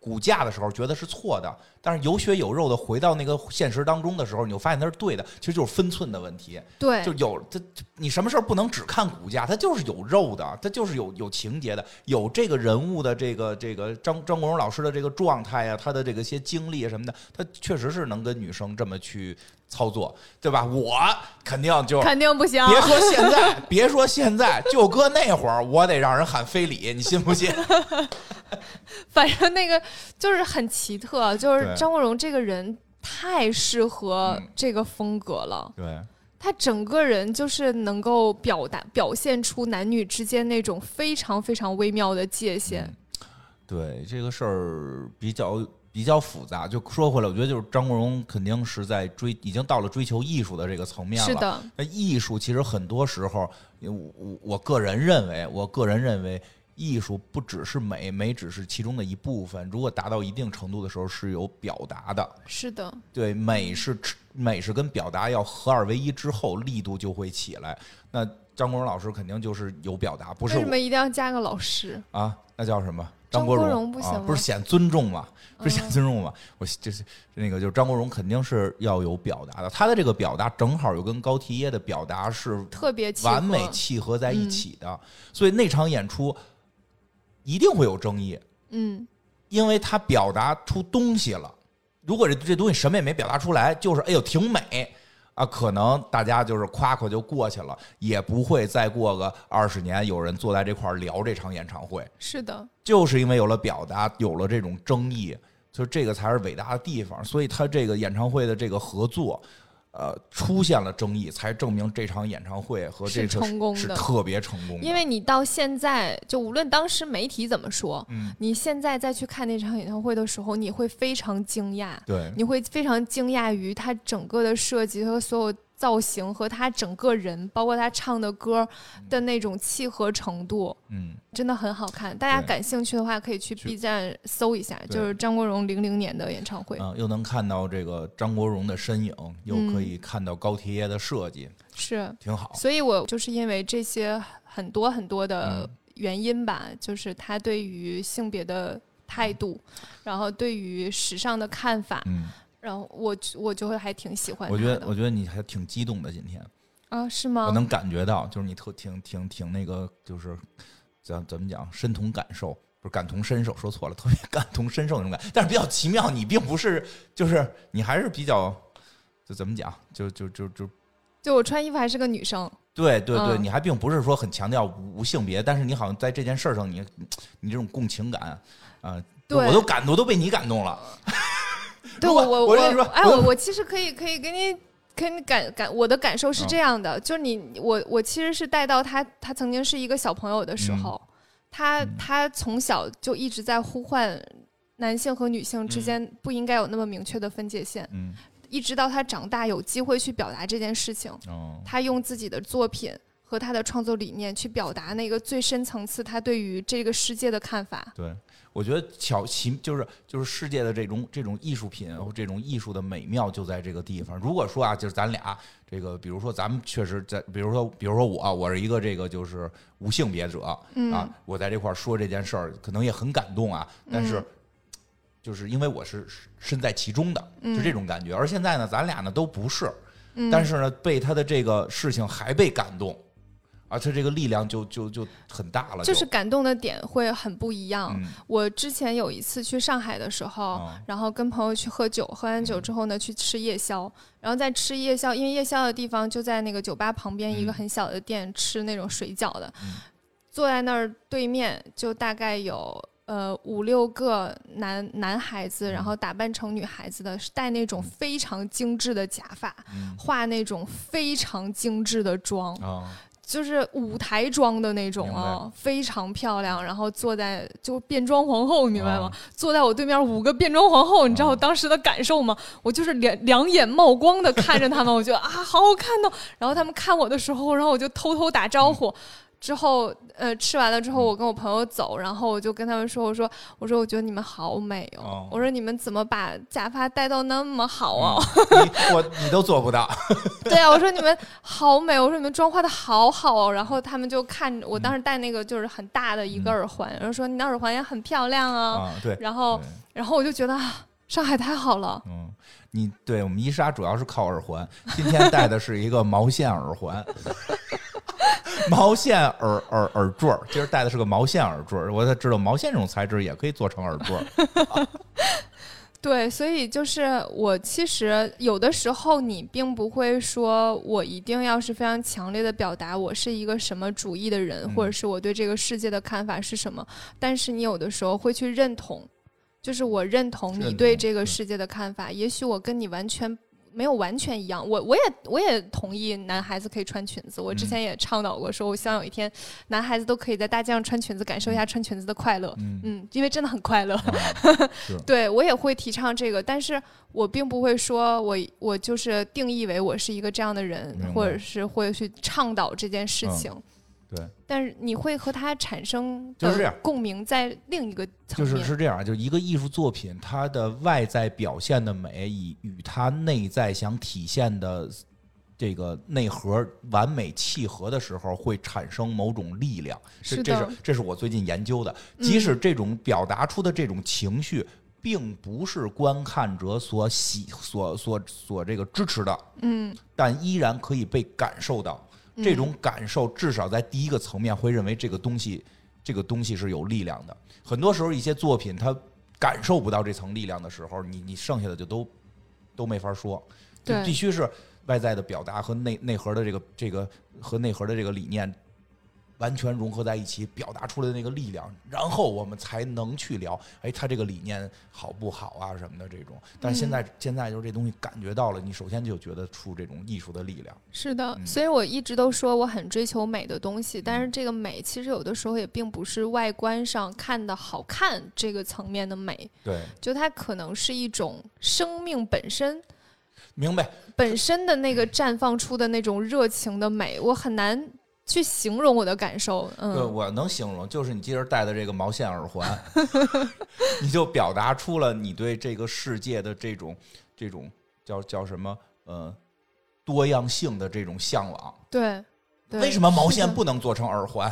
B: 骨架的时候，觉得是错的；但是有血有肉的回到那个现实当中的时候，你就发现它是对的，其实就是分寸的问题。
A: 对
B: 就，有它，它你什么事儿不能只看骨架，它就是有肉的，它就是有有情节的，有这个人物的这个这个张张国荣老师的这个状态啊，他的这个些经历啊什么的，他确实是能跟女生这么去操作，对吧？我肯定就
A: 肯定不行。
B: 别说现在，别说现在，就搁那会儿，我得让人喊非礼，你信 不信？
A: 反正那个就是很奇特，就是
B: 对
A: 张国荣这个人太适合
B: 嗯
A: 这个风格了，
B: 对，
A: 他整个人就是能够表达表现出男女之间那种非常非常微妙的界限。
B: 嗯对这个事儿比较比较复杂。就说回来，我觉得就是张国荣肯定是在追，已经到了追求艺术的这个层面了。
A: 嗯是的，
B: 那艺术其实很多时候，我我我个人认为，我个人认为，艺术不只是美，美只是其中的一部分。如果达到一定程度的时候，是有表达的。
A: 是的，
B: 对，美是美是跟表达要合二为一之后，力度就会起来。那张国荣老师肯定就是有表达，不
A: 为
B: 是
A: 什
B: 我
A: 么一定要加个老师？
B: 啊，那叫什么？
A: 张
B: 国
A: 国
B: 荣
A: 荣不行
B: 啊
A: 吗，
B: 不是显尊重嘛？不是显
A: 嗯
B: 尊重嘛？我这是那个，就是张国荣肯定是要有表达的，他的这个表达正好又跟高缇耶的表达是
A: 特别契合嗯
B: 完美契合在一起的，所以那场演出一定会有争议，
A: 嗯，
B: 因为他表达出东西了。如果这这东西什么也没表达出来，就是哎呦挺美啊，可能大家就是夸夸就过去了，也不会再过个二十年有人坐在这块儿聊这场演唱会。
A: 是的，
B: 就是因为有了表达，有了这种争议，就这个才是伟大的地方。所以他这个演唱会的这个合作，呃，出现了争议，才证明这场演唱会和这
A: 是
B: 个
A: 成功的
B: 是特别成功的。
A: 因为你到现在，就无论当时媒体怎么说，
B: 嗯，
A: 你现在再去看那场演唱会的时候，你会非常惊讶，
B: 对
A: 你会非常惊讶于他整个的设计和所有造型和他整个人，包括他唱的歌的那种契合程度，
B: 嗯，
A: 真的很好看。大家
B: 对
A: 感兴趣的话，可以去
B: 去
A: B 站搜一下，
B: 对
A: 就是张国荣零零年的演唱会，
B: 嗯、又能看到这个张国荣的身影，又
A: 嗯
B: 可以看到高铁爷的设计，
A: 是。
B: 挺好。
A: 所以我就是因为这些很多很多的
B: 嗯
A: 原因吧，就是他对于性别的态度，然后对于时尚的看法，
B: 嗯，
A: 然后我我就会还挺喜欢
B: 我
A: 他
B: 觉得，
A: 的
B: 我觉得你还挺激动的。今天
A: 啊，是
B: 我
A: 吗？
B: 能感觉到，就是你特挺挺挺那个，就是咱怎么讲，身同感受，不是感同身受，说错了，特别感同身受那种感。但是比较奇妙，你并不是，就是你还是比较，就怎么讲，就就就就。
A: 就我穿衣服还是个女生，
B: 对对对，
A: 嗯
B: 你还并不是说很强调无性别，但是你好像在这件事儿上你，你这种共情感啊、
A: 对
B: 我都感动，我都被你感动了。
A: 对
B: 如
A: 我
B: 果
A: 我
B: 我跟你说
A: 哎，
B: 我
A: 我我其实可以可以给你。给你感感，我的感受
B: 嗯
A: 是这样的，就是你我我其实是带到他，他曾经是一个小朋友的时
B: 嗯
A: 候，他他从小就一直在呼唤男性和女性之间不应该有那么明确的分界线，
B: 嗯，
A: 一直到他长大有机会去表达这件事情，
B: 哦，
A: 他用自己的作品和他的创作理念去表达那个最深层次他对于这个世界的看法。
B: 对，我觉得巧奇就是就是世界的这种这种艺术品，然后这种艺术的美妙就在这个地方。如果说啊，就是咱俩这个，比如说咱们确实在，比如说比如说我啊，我是一个这个就是无性别者啊，
A: 嗯
B: 我在这块儿说这件事儿，可能也很感动啊，但是。
A: 嗯
B: 就是因为我是身在其中的，
A: 嗯
B: 就这种感觉。而现在呢，咱俩呢都不是，
A: 嗯，
B: 但是呢，被他的这个事情还被感动，而且这个力量就就就很大了，
A: 就是感动的点会很不一样。
B: 嗯
A: 我之前有一次去上海的时候，
B: 哦嗯
A: 然后跟朋友去喝酒，喝完酒之后呢，去吃夜宵，然后在吃夜宵，因为夜宵的地方就在那个酒吧旁边一个
B: 嗯
A: 很小的店，吃那种水饺的，
B: 嗯
A: 坐在那儿对面就大概有。呃，五六个男男孩子，
B: 嗯
A: 然后打扮成女孩子的，是戴那种非常精致的假发，
B: 嗯
A: 化那种非常精致的妆，
B: 啊，
A: 就是舞台妆的那种
B: 明
A: 啊，非常漂亮。然后坐在就变装皇后，你明
B: 啊
A: 白吗？坐在我对面五个变装皇后，你知道我当时的感受吗？我就是两两眼冒光的看着他 们，我觉得啊，好好看哦。然后他们看我的时候，然后我就偷偷打招呼。
B: 嗯
A: 之后，呃，吃完了之后，我跟我朋友走，然后我就跟他们说：“我说，我说，我觉得你们好美哦！
B: 哦
A: 我说你们怎么把假发戴到那么好啊？
B: 你我你都做不到，
A: 对啊，我说你们好美，我说你们妆化的好好哦。然后他们就看着我当时戴那个就是很大的一个
B: 嗯
A: 耳环，然后说你的耳环也很漂亮 啊。
B: 啊，对，
A: 然后，
B: 对
A: 然后我就觉得啊，上海太好了。
B: 嗯，你对我们伊莎主要是靠耳环， 今天戴的是一个毛线耳环， 毛线耳耳耳坠儿，今儿戴的是个毛线耳坠儿，我才知道毛线这种材质也可以做成耳坠儿，
A: 对，所以就是我其实有的时候你并不会说我一定要是非常强烈的表达我是一个什么主义的人，
B: 嗯
A: 或者是我对这个世界的看法是什么，但是你有的时候会去认同，就是我认同
B: 认
A: 你
B: 同
A: 对这个
B: 嗯
A: 世界的看法，也许我跟你完全。没有完全一样，我我也我也同意男孩子可以穿裙子。我之
B: 嗯
A: 前也倡导过，说我希望有一天男孩子都可以在大街上穿裙子，感受一下穿裙子的快乐。
B: 嗯。
A: 嗯，因为真的很快乐。
B: 啊
A: 对我也会提倡这个，但是我并不会说我我就是定义为我是一个这样的人
B: 明白，嗯
A: 或者是会去倡导这件事情。
B: 对，
A: 但是你会和他产生
B: 就是这样
A: 的共鸣，在另一个层
B: 就是
A: 面。
B: 是这样，啊就一个艺术作品，它的外在表现的美，以与它内在想体现的这个内核完美契合的时候，会产生某种力量。这
A: 是
B: 这
A: 的
B: 是这是我最近研究的。
A: 嗯
B: 即使这种表达出的这种情绪，并不是观看者所喜所所所这个支持的，
A: 嗯，
B: 但依然可以被感受到。这种感受至少在第一个层面会认为这个东西，这个东西是有力量的。很多时候，一些作品它感受不到这层力量的时候，你你剩下的就都都没法说，就
A: 对
B: 必须是外在的表达和内内核的这个这个和内核的这个理念完全融合在一起，表达出来的那个力量，然后我们才能去聊，哎，他这个理念好不好啊什么的这种。但是现在、现在就是这东西感觉到了，你首先就觉得出这种艺术的力量，
A: 是的，
B: 嗯
A: 所以我一直都说我很追求美的东西，但是这个美其实有的时候也并不是外观上看的好看这个层面的美，
B: 对，
A: 就它可能是一种生命本身
B: 明白。
A: 本身的那个绽放出的那种热情的美，我很难去形容我的感受。
B: 对，
A: 嗯，
B: 我能形容，就是你今儿戴的这个毛线耳环， 你就表达出了你对这个世界的这种这种叫叫什么呃多样性的这种向往。
A: 对，对
B: 为什么毛
A: 是
B: 线
A: 的
B: 不能做成耳环，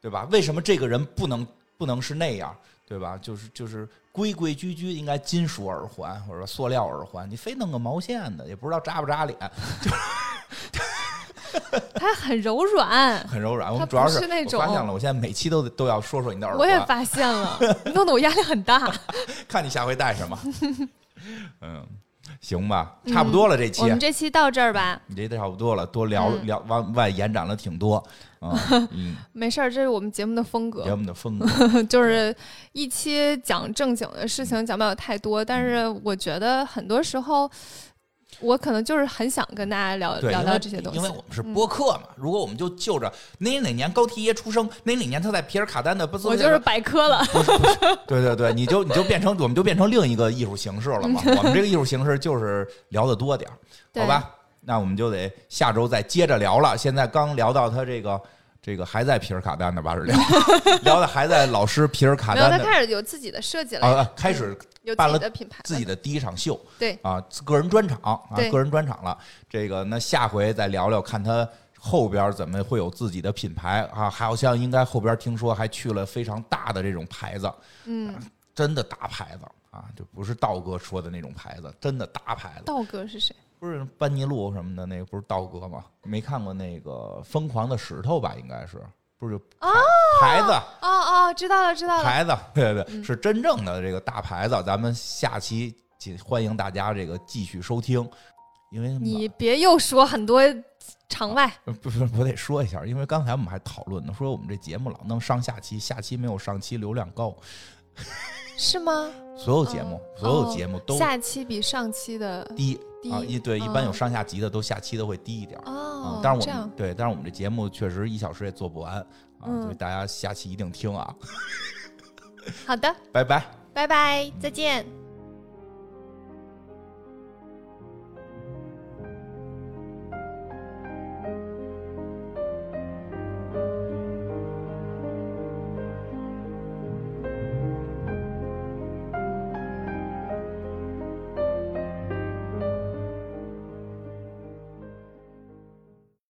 B: 对吧？为什么这个人不能不能是那样，对吧？就是就是规规矩矩应该金属耳环或者说塑料耳环，你非弄个毛线的，也不知道扎不扎脸，
A: 它很柔 软？
B: 很柔软。我
A: 它
B: 们
A: 不
B: 主要
A: 是那
B: 我发现
A: 种
B: 了，我现在每期都得都要说说你的耳
A: 我
B: 环。
A: 也发现 了，弄得我压力很大。
B: 看你下回 带什么。嗯，行吧，差不多了这期，
A: 嗯我们这期到这儿吧，
B: 你这差不多了，多聊、
A: 嗯
B: 聊往外延展了挺多 啊，嗯，
A: 没事儿，这是我们节目的风
B: 节
A: 格，
B: 目的风格，
A: 就是一期讲正经的事情讲不了太多，但是
B: 嗯
A: 我觉得很多时候。我可能就是很想跟大家聊
B: 对，
A: 聊
B: 因
A: 聊
B: 为
A: 这些东西，嗯
B: 因为我们是播客嘛，如果我们就就着哪哪年高缇耶出生，哪哪年他在皮尔卡丹的，不
A: 我就是百科了。
B: 对对对，你就你就变成我们就变成另一个艺术形式 了嘛，我们这个艺术形式就是聊的多点儿，
A: 对
B: 好吧？那我们就得下周再接着聊了。现在刚聊到他这个这个还在皮尔卡丹的吧？是聊 聊的还在老师皮尔卡
A: 没有，他
B: 丹的
A: 开始有自己的设计了，
B: 啊，开始
A: 有自
B: 办了
A: 己的品牌了，
B: 自己的第一场秀，
A: 对
B: 啊，个人专场啊，
A: 对
B: 个人专场了。这个那下回再聊聊，看他后边怎么会有自己的品牌啊？好像应该后边听说还去了非常大的这种牌子，
A: 嗯，
B: 真的大牌子啊，就不是道哥说的那种牌子，真的大牌子。
A: 道哥是谁？
B: 不是班尼路什么的那个，不是道哥吗？没看过那个《疯狂的石头》吧？应该是，不是就
A: 哦
B: 牌子
A: 哦哦，知道了知道了，
B: 牌子， 对对，
A: 嗯
B: 是真正的这个大牌子。咱们下期请欢迎大家这个继续收听，因为
A: 你别又说很多场外，
B: 不不不，我得说一下，因为刚才我们还讨论呢，说我们这节目老弄上下期，下期没有上期流量高，
A: 是吗？
B: 所有节目、
A: 哦
B: 所有节目都
A: 下期比上期的
B: 低、啊，
A: 低
B: 一对一般有
A: 哦
B: 上下集的都下期都会低一点儿。
A: 哦
B: 嗯，，但是
A: 这
B: 我
A: 样
B: 们对，但是我们这节目确实一小时也做不完啊，
A: 嗯
B: 所以大家下期一定听啊，
A: 好的，
B: 拜拜。
A: 拜拜，再见。